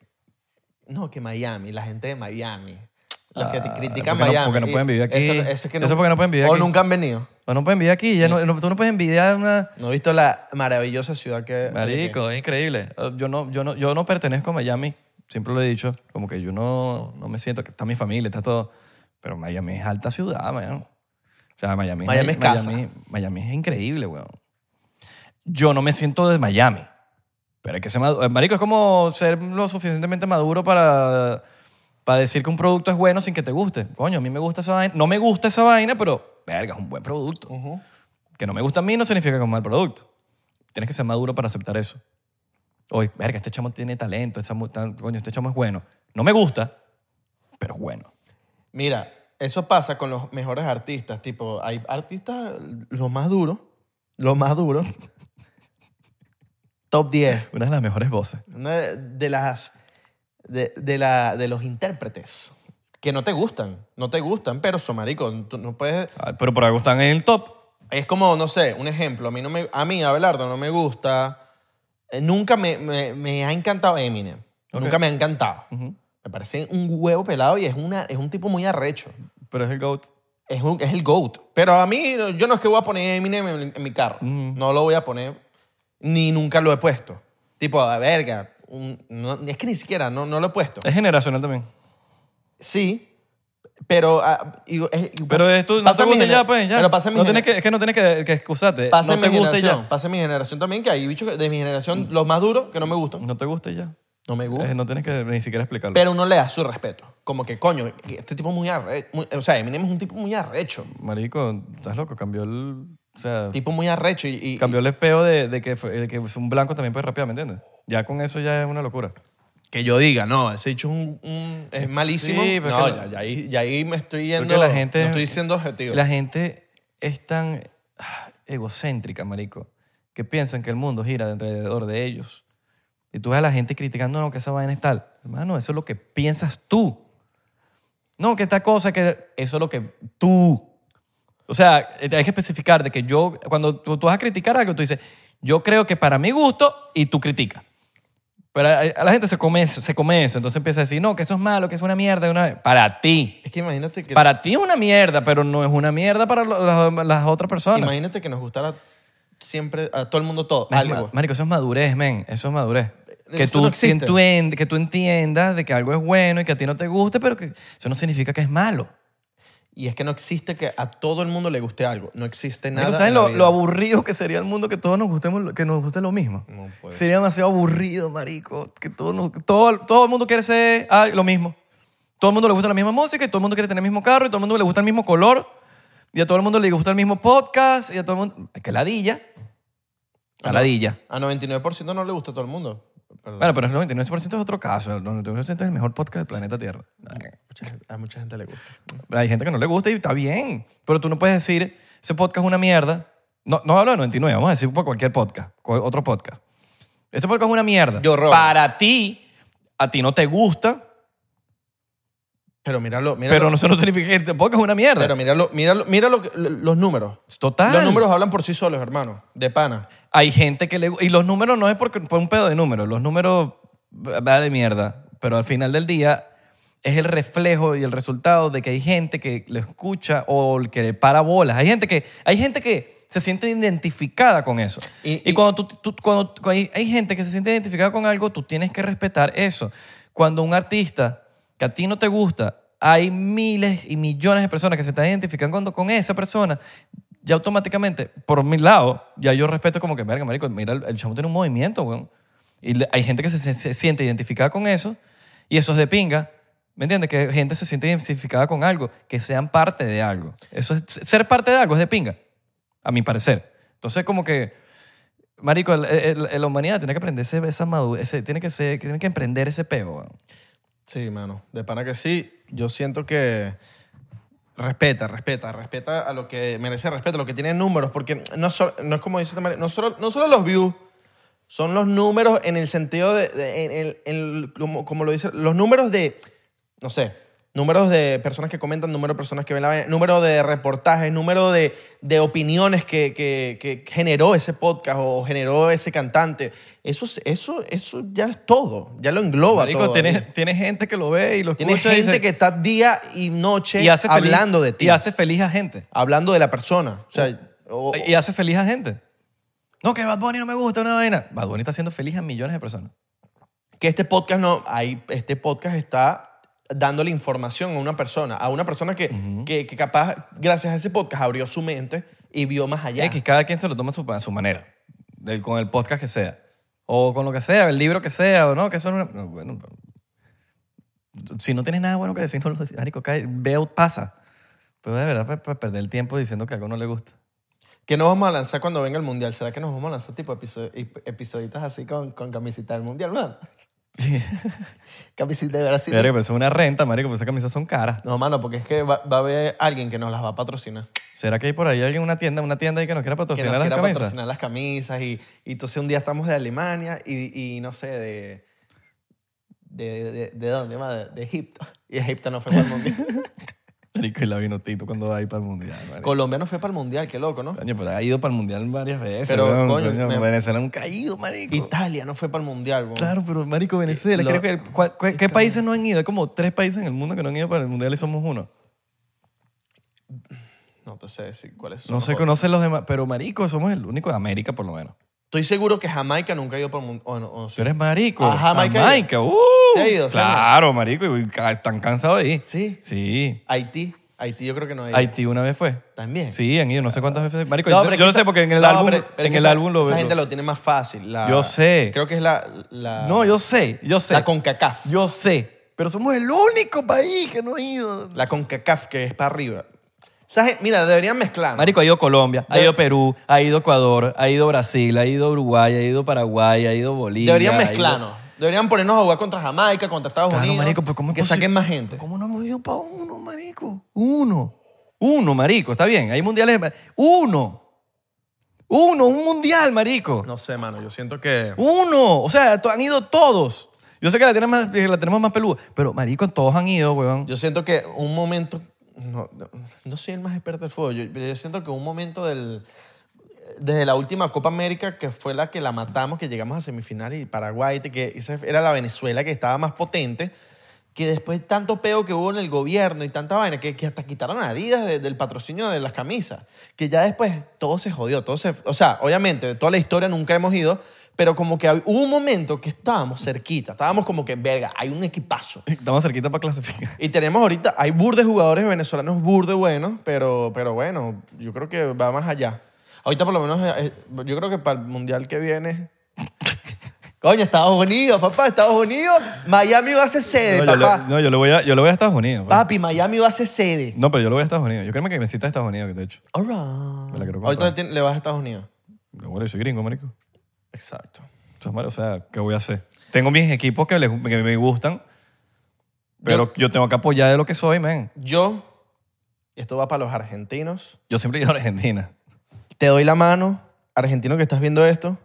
S1: No, que Miami, la gente de Miami. Los que te
S2: Ah,
S1: critican
S2: porque no-
S1: Miami.
S2: porque no
S1: y
S2: pueden vivir aquí.
S1: Eso, eso es que
S2: Eso porque no pueden vivir
S1: o
S2: aquí.
S1: nunca han venido.
S2: No, no puedes envidiar aquí, ya no- no- tú no puedes envidiar una...
S1: No he visto la maravillosa ciudad que...
S2: Marico, es increíble. Eh, Yo no, yo, no, yo no pertenezco a Miami, siempre lo he dicho, como que yo no, no me siento, que está mi familia, está todo. Pero Miami es alta ciudad, weón. O sea, Miami,
S1: Miami es casa.
S2: Miami, Miami es increíble, weón. Yo no me siento de Miami. Pero hay que ser maduro. Marico, es como ser lo suficientemente maduro para, para decir que un producto es bueno sin que te guste. Coño, a mí me gusta esa vaina. No me gusta esa vaina, pero, verga, es un buen producto.
S1: Ujú.
S2: Que no me gusta a mí no significa que es un mal producto. Tienes que ser maduro para aceptar eso. Oye, verga, este chamo tiene talento, esta mu- tal- coño, este chamo es bueno. No me gusta, pero es bueno.
S1: Mira, eso pasa con los mejores artistas. Tipo, hay artistas, los más duros, los más duros, top 10,
S2: Una de las mejores voces.
S1: una de las, de, de la, de los intérpretes que no te gustan, no te gustan, pero son maricos. Tú no puedes...
S2: Ah, Pero por algo están en el top.
S1: Es como, no sé, un ejemplo. A mí, no me, a mí Abelardo, no me gusta. Eh, Nunca me, me- me ha encantado Eminem.
S2: Ok.
S1: Nunca me ha encantado.
S2: Ujú.
S1: Me parece un huevo pelado y es, una, es un tipo muy arrecho.
S2: Pero es el GOAT.
S1: Es, un- es el GOAT. Pero a mí, no- yo no es que voy a poner Eminem en, en mi carro.
S2: Mm.
S1: No lo voy a poner, ni nunca lo he puesto. Tipo, a verga. un- no- es que ni siquiera, no, no lo he puesto.
S2: Es generacional también.
S1: Sí, pero. ah, y- es- y
S2: Pero
S1: pasa-
S2: es tú, no
S1: pasa
S2: te
S1: en mi
S2: gusta y ya,
S1: gener-
S2: pues, ya.
S1: Pero pasa en mi
S2: no
S1: gener-
S2: tienes que, es que no tienes que, que excusarte.
S1: Pasa
S2: no
S1: en
S2: te
S1: mi
S2: gusta y
S1: generación,
S2: ya.
S1: pasa en mi generación también que hay bichos de mi generación, los más duros, que no me gustan.
S2: No te gusta y ya.
S1: No me
S2: Eh,
S1: gustan.
S2: Mm. No tienes que ni siquiera explicarlo.
S1: Pero uno le da su respeto. Como que, coño, este tipo es muy arrecho. o sea, Eminem es un tipo muy arrecho.
S2: Marico, estás loco, cambió el... O sea,
S1: Tipo muy arrecho y... y-
S2: cambió el espeo de, de que, fue- de que un blanco también puede rapear, ¿me entiendes? Ya con eso ya es una locura.
S1: que yo diga, no, ese dicho es, un, un- es malísimo.
S2: Sí, pero
S1: no,
S2: que
S1: ya,
S2: la-
S1: ya ahí, ya ahí me estoy
S2: Porque
S1: yendo...
S2: la gente...
S1: no estoy siendo objetivo.
S2: La gente es tan ah, egocéntrica, marico, que piensan que el mundo gira alrededor de ellos. Y tú ves a la gente criticando, no, que esa vaina es tal. Hermano, eso es lo que piensas tú. No, que esta cosa, que eso es lo que tú. O sea, eh, hay que especificar de que yo, cuando tú, tú vas a criticar algo, tú dices, yo creo que para mi gusto, y tú criticas. Pero a, a la gente se come eso, se come eso. Entonces empieza a decir, no, que eso es malo, que eso es una mierda. Una... Para ti.
S1: es que imagínate que...
S2: Para ti es una mierda, pero no es una mierda para lo- las, las otras personas.
S1: Imagínate que nos gustara siempre a todo el mundo todo.
S2: Ma-
S1: algo.
S2: Marico, eso es madurez, men. Eso es madurez. Que
S1: Eso
S2: tú,
S1: no
S2: que,
S1: existe.
S2: tú en- que tú entiendas de que algo es bueno y que a ti no te guste, pero que eso no significa que es malo.
S1: Y es que no existe que a todo el mundo le guste algo. No existe nada.
S2: Marico, ¿Sabes
S1: en la
S2: lo,
S1: vida.
S2: lo aburrido que sería el mundo que todos nos gustemos, lo- que nos guste lo mismo?
S1: No puede.
S2: sería demasiado aburrido, marico. Que todo, nos- todo, todo el mundo quiere ser ah, lo mismo. Todo el mundo le gusta la misma música y todo el mundo quiere tener el mismo carro y todo el mundo le gusta el mismo color y a todo el mundo le gusta el mismo podcast y a todo el mundo... Ay, Que ladilla. A ladilla.
S1: A 99% no le gusta a todo el mundo. Perdón.
S2: Bueno, pero el 99% es otro caso. El 99% es el mejor podcast del planeta Tierra.
S1: Mucha gente- a mucha gente le gusta.
S2: Hay gente que no le gusta y está bien. Pero tú no puedes decir, ese podcast es una mierda. No, no hablo de 99, vamos a decir por cualquier podcast, cual- otro podcast. Ese podcast es una mierda.
S1: Yo robo.
S2: Para ti, a ti no te gusta,
S1: Pero míralo, míralo.
S2: pero eso no significa que ese podcast es una mierda.
S1: Pero míralo, míralo, míralo que- los números.
S2: Total.
S1: Los números hablan por sí solos, hermano. De pana.
S2: Hay gente que le... gu- Y los números no es porque, por un pedo de números. Los números va de mierda. Pero al final del día es el reflejo y el resultado de que hay gente que lo escucha o el que le para bolas. Hay gente que, hay gente que se siente identificada con eso.
S1: Y-
S2: Y,
S1: y-
S2: cuando, tú, tú- cuando tú- hay, hay gente que se siente identificada con algo, tú tienes que respetar eso. Cuando un artista que a ti no te gusta, hay miles y millones de personas que se están identificando con, con esa persona, ya automáticamente, por mi lado, ya yo respeto como que, verga, marico, mira, el, el chamo tiene un movimiento, weón. Y le- hay gente que se, se- se siente identificada con eso y eso es de pinga. ¿Me entiendes? Que gente se siente identificada con algo, que sean parte de algo. Eso es, ser parte de algo es de pinga, a mi parecer. Entonces, como que, marico, el- el- el- la humanidad tiene que aprenderse esa madurez, ese- tiene que ser, tiene que emprender ese peo. weón.
S1: Sí, mano. De pana que sí. Yo siento que respeta, respeta, respeta a lo que merece respeto, a lo que tiene números, porque no, so- no es como dice Tamara, no solo, no solo los views, son los números en el sentido de, de- en- en- en- como, como lo dice, los números de, no sé, Números de personas que comentan, número de personas que ven la vaina, número de reportajes, número de, de opiniones que, que- que generó ese podcast o generó ese cantante. Eso, es- eso, eso ya es todo, ya lo engloba
S2: Marico,
S1: todo.
S2: tiene,
S1: ahí.
S2: tiene gente que lo ve y lo
S1: Tienes
S2: escucha. y
S1: gente
S2: dice-
S1: que está día y noche
S2: y hace feliz-
S1: hablando de ti,
S2: Y hace feliz a gente.
S1: hablando de la persona. O sea, o-
S2: Y hace feliz a gente. No, que Bad Bunny no me gusta, una vaina. Bad Bunny está haciendo feliz a millones de personas.
S1: que este podcast no hay este podcast está dándole información a una persona a una persona que, que, que capaz gracias a ese podcast abrió su mente y vio más allá
S2: Y que cada quien se lo toma a su, a su manera. Del- con el podcast que sea. O con lo que sea, el libro que sea, o no, que eso no- no, bueno, pero- si no tienes nada bueno que decir, no lo digas, marico, cae, veo, pasa. Pero de verdad, para perder el tiempo diciendo que algo no le gusta.
S1: ¿Qué nos vamos a lanzar cuando venga el mundial? ¿Será que nos vamos a lanzar tipo episo- ep- episoditas así con, con camisita del mundial, man? camisita de Brasil.
S2: Verga, pero eso es una renta, marico, porque esas camisas son caras.
S1: No, mano, porque es que va, va a haber alguien que nos las va a patrocinar.
S2: ¿Será que hay por ahí alguien, una tienda, una tienda ahí que nos quiera
S1: Que
S2: patrocinar
S1: nos
S2: las
S1: quiera
S2: camisas?
S1: patrocinar las camisas. Y, y entonces un día estamos de Alemania y, y no sé, de. ¿De, de, de dónde más? De, de Egipto. Y Egipto no fue para el mundial.
S2: Marico, y la vino Tito cuando va a ir para el mundial. marico.
S1: Colombia no fue para el mundial, qué loco, ¿no?
S2: Coño, pero ha ido para el mundial varias veces.
S1: Pero,
S2: weón.
S1: coño, me-
S2: Venezuela nunca ha ido, marico.
S1: Italia no fue para el mundial, weón.
S2: Claro, pero marico, Venezuela.
S1: Lo-
S2: creo que- ¿cuál- cuál- ¿Qué países no han ido? Hay como tres países en el mundo que no han ido para el mundial y somos uno.
S1: No te sé decir cuáles son.
S2: No se
S1: joder.
S2: conocen los demás, pero marico, somos el único de América por lo menos.
S1: Estoy seguro que Jamaica nunca ha ido para el mundial.
S2: Tú eres marico.
S1: Ah, Jamaica.
S2: Jamaica, uh.
S1: Se ha ido, se ha ido.
S2: Claro, marico, y ca- están cansados de ir.
S1: Sí.
S2: Sí.
S1: Haití. Haití yo creo que no hay.
S2: Haití una vez fue.
S1: También.
S2: Sí, han ido no sé cuántas veces. Marico,
S1: No,
S2: yo,
S1: pero
S2: yo no
S1: quizá-
S2: sé porque en el
S1: no,
S2: álbum,
S1: pero- pero
S2: en
S1: que
S2: el
S1: esa-
S2: álbum lo
S1: Esa
S2: veo.
S1: gente lo tiene más fácil. la-
S2: Yo sé.
S1: Creo que es la... la-
S2: No, yo sé, yo sé.
S1: La CONCACAF.
S2: Yo sé, pero somos el único país que no ha ido.
S1: La CONCACAF que es para arriba. Esa gen- Mira, deberían mezclar.
S2: Marico, ha ido Colombia, ha ido Perú, ha ido Ecuador, ha ido Brasil, ha ido Uruguay, ha ido Paraguay, ha ido Bolivia.
S1: deberían
S2: ha ido-
S1: mezclarnos. Deberían ponernos a jugar contra Jamaica, contra Estados
S2: Claro,
S1: Unidos.
S2: marico, pero ¿cómo es
S1: que
S2: posible?
S1: saquen más gente.
S2: ¿Cómo no hemos ido para uno, marico? Uno. Uno, marico, está bien. Hay mundiales. de- Uno. Uno, un mundial, marico.
S1: No sé, mano. Yo siento que...
S2: Uno. O sea, to- han ido todos. Yo sé que la tenemos más, la tenemos más peluda, pero marico, todos han ido, weón.
S1: Yo siento que un momento... No, no- no soy el más experto del fútbol. Yo, yo siento que un momento del... Desde la última Copa América, que fue la que la matamos, que llegamos a semifinal y Paraguay, te- que esa era la Venezuela que estaba más potente, que después tanto peo que hubo en el gobierno y tanta vaina, que, que hasta quitaron a Adidas de- del patrocinio de las camisas, que ya después todo se jodió, todo se, o sea, obviamente de toda la historia nunca hemos ido, pero como que hab- hubo un momento que estábamos cerquita, estábamos como que, verga, hay un equipazo.
S2: Estamos cerquita para clasificar.
S1: Y tenemos ahorita, hay burde jugadores venezolanos burde buenos, pero, pero bueno, yo creo que va más allá. Ahorita por lo menos, eh, eh, yo creo que para el mundial que viene... Coño, Estados Unidos, papá, Estados Unidos. Miami va a ser sede,
S2: No, yo,
S1: Eh, papá.
S2: le, no, yo le voy a, yo le voy a Estados Unidos. pues.
S1: Papi, Miami va a ser sede.
S2: No, pero yo le voy a Estados Unidos. Yo creo que me cita a Estados Unidos, que de hecho.
S1: All right.
S2: Me la quiero comprar.
S1: Ahorita ti- le vas a Estados Unidos.
S2: Bueno, yo soy gringo, marico.
S1: Exacto.
S2: O sea, Mario, o sea, ¿qué voy a hacer? Tengo mis equipos que, les- que me gustan, pero yo, tengo que apoyar de lo que soy, man.
S1: Yo, y esto va para los argentinos,
S2: Yo siempre he ido a Argentina.
S1: te doy la mano, argentino que estás viendo esto.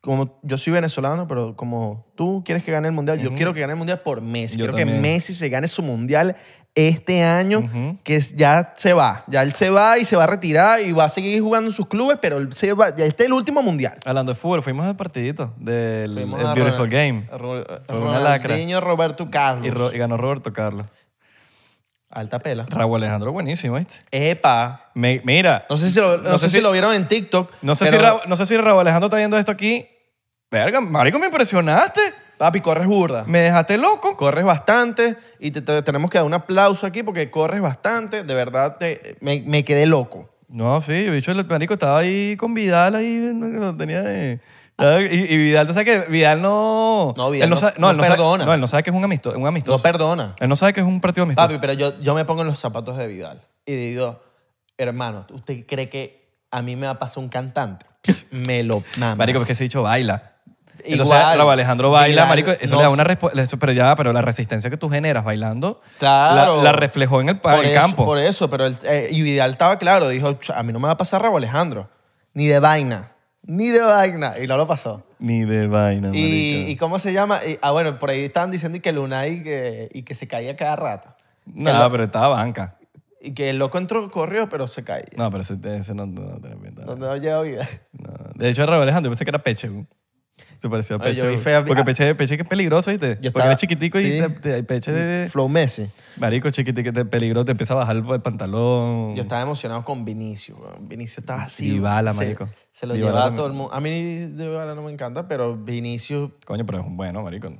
S1: Como yo soy venezolano, pero como tú quieres que gane el mundial, yo quiero que gane el mundial por Messi.
S2: Yo
S1: quiero
S2: también.
S1: que Messi se gane su mundial este año,
S2: Ujú.
S1: que es- ya se va. Ya él se va y se va a retirar y va a seguir jugando en sus clubes, pero él se va. Ya este es el último mundial.
S2: Hablando de fútbol, fuimos al partidito del
S1: Fuimos
S2: el
S1: a
S2: Beautiful
S1: Ronald-
S2: Game.
S1: a Ro-
S2: Fue una lacra.
S1: Ronaldinho, Roberto Carlos.
S2: Y, Ro- y ganó Roberto Carlos.
S1: Alta pela.
S2: Raúl Alejandro, buenísimo, ¿viste?
S1: Epa.
S2: Me- mira,
S1: No sé si lo, no
S2: No
S1: sé
S2: sé
S1: si
S2: si-
S1: lo vieron en TikTok.
S2: no sé,
S1: pero,
S2: si Raúl, no sé si Raúl Alejandro está viendo esto aquí. Verga, marico, me impresionaste.
S1: Papi, corres burda.
S2: Me dejaste loco.
S1: Corres bastante y te, te- tenemos que dar un aplauso aquí porque corres bastante. De verdad, te- me, me quedé loco.
S2: No, sí, yo bicho, el marico estaba ahí con Vidal ahí, no, que lo tenía de- estaba- Y, y Vidal, ¿tú sabes que Vidal no...
S1: No, Vidal
S2: él
S1: no-
S2: sabe-
S1: no
S2: él sabe-
S1: perdona.
S2: no, él no sabe que es un, amisto, un amistoso.
S1: No perdona.
S2: Él no sabe que es un partido amistoso.
S1: Papi, pero yo, yo me pongo en los zapatos de Vidal y digo, hermano, ¿usted cree que a mí me va a pasar un cantante? me lo mamas.
S2: marico, porque ese dicho baila. Entonces,
S1: Igual.
S2: Raúl Alejandlo baila,
S1: Vidal
S2: marico, eso
S1: no
S2: le da
S1: se-
S2: una respuesta, pero ya, pero la resistencia que tú generas bailando,
S1: Claro.
S2: la, la reflejó en el, pa-
S1: Por
S2: el
S1: eso-
S2: campo.
S1: Por eso, pero el, eh, y Vidal estaba claro, dijo, "Ch- a mí no me va a pasar Rabo Alejandro, ni de vaina, ni de vaina. Y no lo pasó.
S2: Ni de vaina,
S1: ¿Y, y cómo se llama? Y- ah, bueno, por ahí estaban diciendo y que Lunay y que, y que se caía cada rato.
S2: No, pero estaba banca.
S1: Y que el loco entró, corrió, pero se cae.
S2: No, pero ese, ese no, no, no tiene pinta.
S1: Donde no llega vida.
S2: No. De hecho, Raúl Alejandro, yo pensé que era Peche. güey. Se parecía a
S1: Ay,
S2: Peche.
S1: yo vi
S2: güey.
S1: fea-
S2: Porque
S1: ah.
S2: Peche, Peche que es peligroso, ¿viste?
S1: Yo
S2: Porque
S1: estaba-
S2: era chiquitico
S1: sí. Mm,
S2: y te- te- Peche, de-
S1: Flow Messi.
S2: marico, chiquitico, te peligroso, te empieza a bajar el pantalón.
S1: Yo estaba emocionado con Vinicio. weón. Vinicio estaba así.
S2: Dybala,
S1: se-
S2: marico.
S1: Se lo
S2: Dybala
S1: llevaba a
S2: también.
S1: todo el mundo. A mí Dybala no me encanta, pero Vinicio...
S2: Coño, pero es un bueno, marico.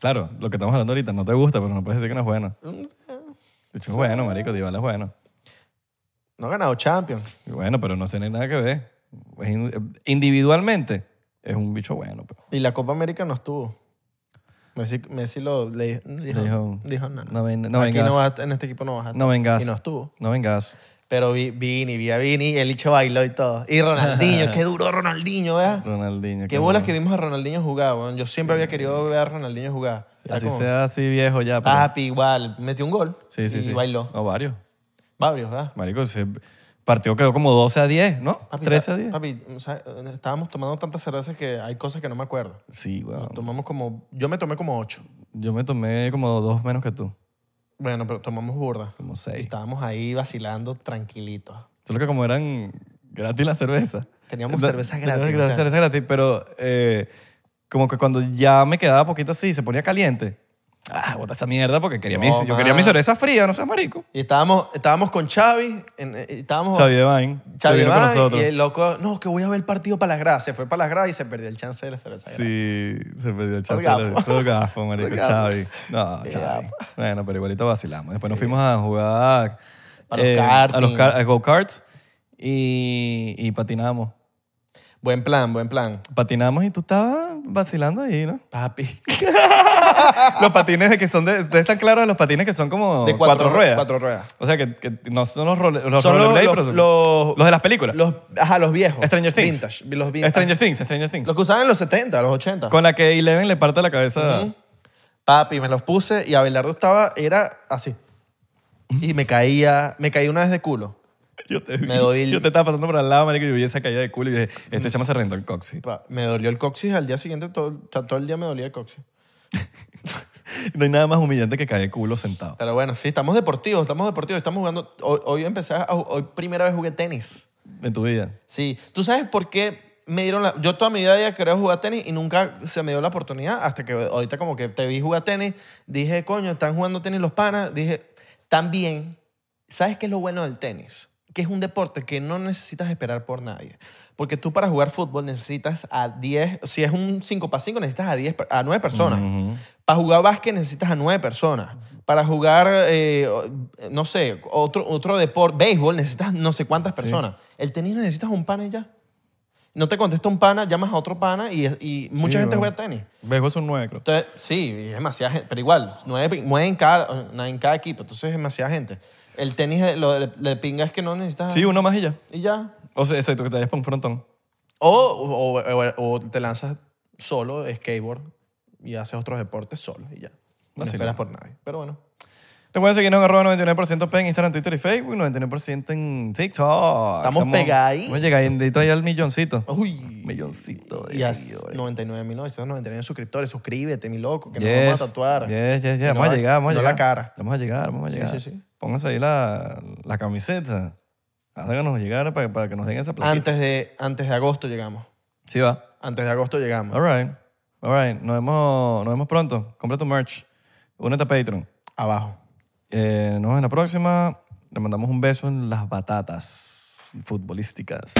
S2: Claro, lo que estamos hablando ahorita no te gusta, pero no puedes decir que no es bueno.
S1: Mm,
S2: De hecho, es bueno, marico, Dybala es bueno.
S1: No ha ganado Champions.
S2: Y Bueno, pero no tiene nada que ver. Es in- eh, individualmente, es un bicho bueno. pues.
S1: Y la Copa América no estuvo. Messi, Messi lo, le, dijo,
S2: Le dijo,
S1: dijo nada.
S2: "No ven- no
S1: Aquí
S2: vengas".
S1: no vas- en este equipo no vas a-
S2: No vengas.
S1: Y no estuvo.
S2: No vengas.
S1: Pero vi, Vini, vi a Vini, y el bicho bailó y todo. Y Ronaldinho, qué duro Ronaldinho, ¿verdad?
S2: Ronaldinho.
S1: Qué
S2: bola
S1: bolas que vimos a Ronaldinho jugar, weón. Yo siempre había querido ver a Ronaldinho jugar. Era
S2: Así
S1: como,
S2: sea así viejo ya. pero-
S1: papi, igual. Metió un gol
S2: sí, sí,
S1: y
S2: sí.
S1: bailó.
S2: O varios.
S1: Varios, ¿verdad?
S2: Marico, ese partido quedó como 12 a 10, ¿no?
S1: Papi,
S2: 13 a
S1: ta-
S2: 10.
S1: Papi, o sea, estábamos tomando tantas cervezas que hay cosas que no me acuerdo.
S2: Sí, weón.
S1: Tomamos como... Yo me tomé como ocho.
S2: Yo me tomé como dos menos que tú.
S1: Bueno, pero tomamos burda.
S2: Como
S1: Y
S2: seis.
S1: estábamos ahí vacilando tranquilitos.
S2: Solo que como eran gratis las cervezas.
S1: Teníamos
S2: No,
S1: cervezas
S2: teníamos
S1: gratis,
S2: gra-
S1: muchachos.
S2: cervezas gratis, pero eh, como que cuando ya me quedaba poquito así, se ponía caliente. Ah, bota esa mierda porque quería mi,
S1: No,
S2: yo quería mi
S1: man.
S2: cerveza fría, no seas marico.
S1: Y estábamos, estábamos con Xavi, en- eh, estábamos...
S2: Xavi Evine. que
S1: Xavi
S2: vino con
S1: Iván,
S2: nosotros.
S1: y el loco, no, que voy a ver el partido para las gradas. Se fue para las gradas y se perdió el chance de la cerveza. gratis.
S2: Sí, se perdió el chance.
S1: gafo.
S2: de la- Todo gafo, marico.
S1: Todo gafo.
S2: Xavi. No,
S1: Qué
S2: Xavi.
S1: gafo.
S2: Bueno, pero igualito vacilamos. Después nos fuimos a jugar... eh,
S1: A los
S2: A los
S1: karting.
S2: car- a go-karts y, y patinamos.
S1: Buen plan, buen plan.
S2: Patinamos y tú estabas vacilando ahí, ¿no?
S1: Papi.
S2: los patines de que son de... ¿Ustedes están claros de los patines que son como
S1: De
S2: cuatro,
S1: cuatro-
S2: ruedas?
S1: cuatro ruedas.
S2: O sea, que, que no son los, role- los
S1: Son los,
S2: rollerblade,
S1: los,
S2: pero son-
S1: los-
S2: los de las películas.
S1: los- ajá, los viejos.
S2: Stranger Things.
S1: Vintage, los vintage.
S2: Stranger Things, Stranger Things.
S1: Los que usaban en los 70, los 80.
S2: Con la que Eleven le parte la cabeza...
S1: Papi, me los puse y Abelardo estaba, era así. Y me caía, me caí una vez de culo.
S2: Yo te vi.
S1: Me doy el-
S2: Yo te estaba pasando por al lado, marico, y vi esa caída de culo y dije, este chama se rentó el coxi.
S1: Pa- Me dolió el coxis al día siguiente, todo, o sea, todo el día me dolía el coxis.
S2: No hay nada más humillante que caer de culo sentado.
S1: Pero bueno, sí, estamos deportivos, estamos deportivos, estamos jugando. Hoy, hoy empecé, a, hoy primera vez jugué tenis.
S2: En tu vida.
S1: Sí, tú sabes por qué me dieron la... Yo toda mi vida había querido jugar tenis y nunca se me dio la oportunidad hasta que ahorita como que te vi jugar tenis, dije, coño, están jugando tenis los panas, dije, también, ¿sabes qué es lo bueno del tenis? Que es un deporte que no necesitas esperar por nadie. Porque tú para jugar fútbol necesitas a 10, si es un 5 para 5 necesitas a 10, per- a 9 personas.
S2: Ujú.
S1: Para jugar básquet necesitas a nueve personas. Para jugar, eh, no sé, otro, otro deporte, béisbol, necesitas no sé cuántas personas. El tenis necesitas un pana y ya. No te contesta un pana, llamas a otro pana y, y mucha
S2: Sí,
S1: gente
S2: bueno.
S1: juega tenis.
S2: Béisbol son nueve, creo.
S1: Entonces, sí, es demasiada gente, pero igual, nueve, nueve en, cada, nueve en cada equipo, entonces es demasiada gente. El tenis, eh, lo de, de pinga es que no necesitas...
S2: Sí, uno más y ya.
S1: Y ya.
S2: O sea, excepto que te vayas para un frontón.
S1: O, o- o- o te lanzas solo, skateboard, y haces otros deportes solo y ya. No
S2: Vacilón.
S1: esperas por nadie, pero bueno.
S2: Recuerden seguirnos en arroba 99% P en Instagram, Twitter y Facebook, 99% en TikTok.
S1: Estamos pegadí.
S2: Estamos llegaditos allá al milloncito.
S1: Uy.
S2: Milloncito de
S1: Y a
S2: seguidores.
S1: 99.999 suscriptores. Suscríbete, mi loco, que nos
S2: Yes.
S1: vamos a tatuar.
S2: Yes, yes, yes.
S1: Y no
S2: Vamos a
S1: la-
S2: llegar, vamos a
S1: no
S2: llegar.
S1: la cara.
S2: Vamos a llegar, vamos a
S1: Sí, sí,
S2: llegar.
S1: sí.
S2: Pónganse ahí la, la camiseta. Háganos llegar para, para que nos den esa plaquita.
S1: Antes de, antes de agosto llegamos.
S2: Sí, va.
S1: Antes de agosto llegamos.
S2: All right. All right. Nos vemos, nos vemos pronto. Compra tu merch. Únete a Patreon.
S1: Abajo.
S2: Eh, nos vemos en la próxima. Le mandamos un beso en las batatas futbolísticas.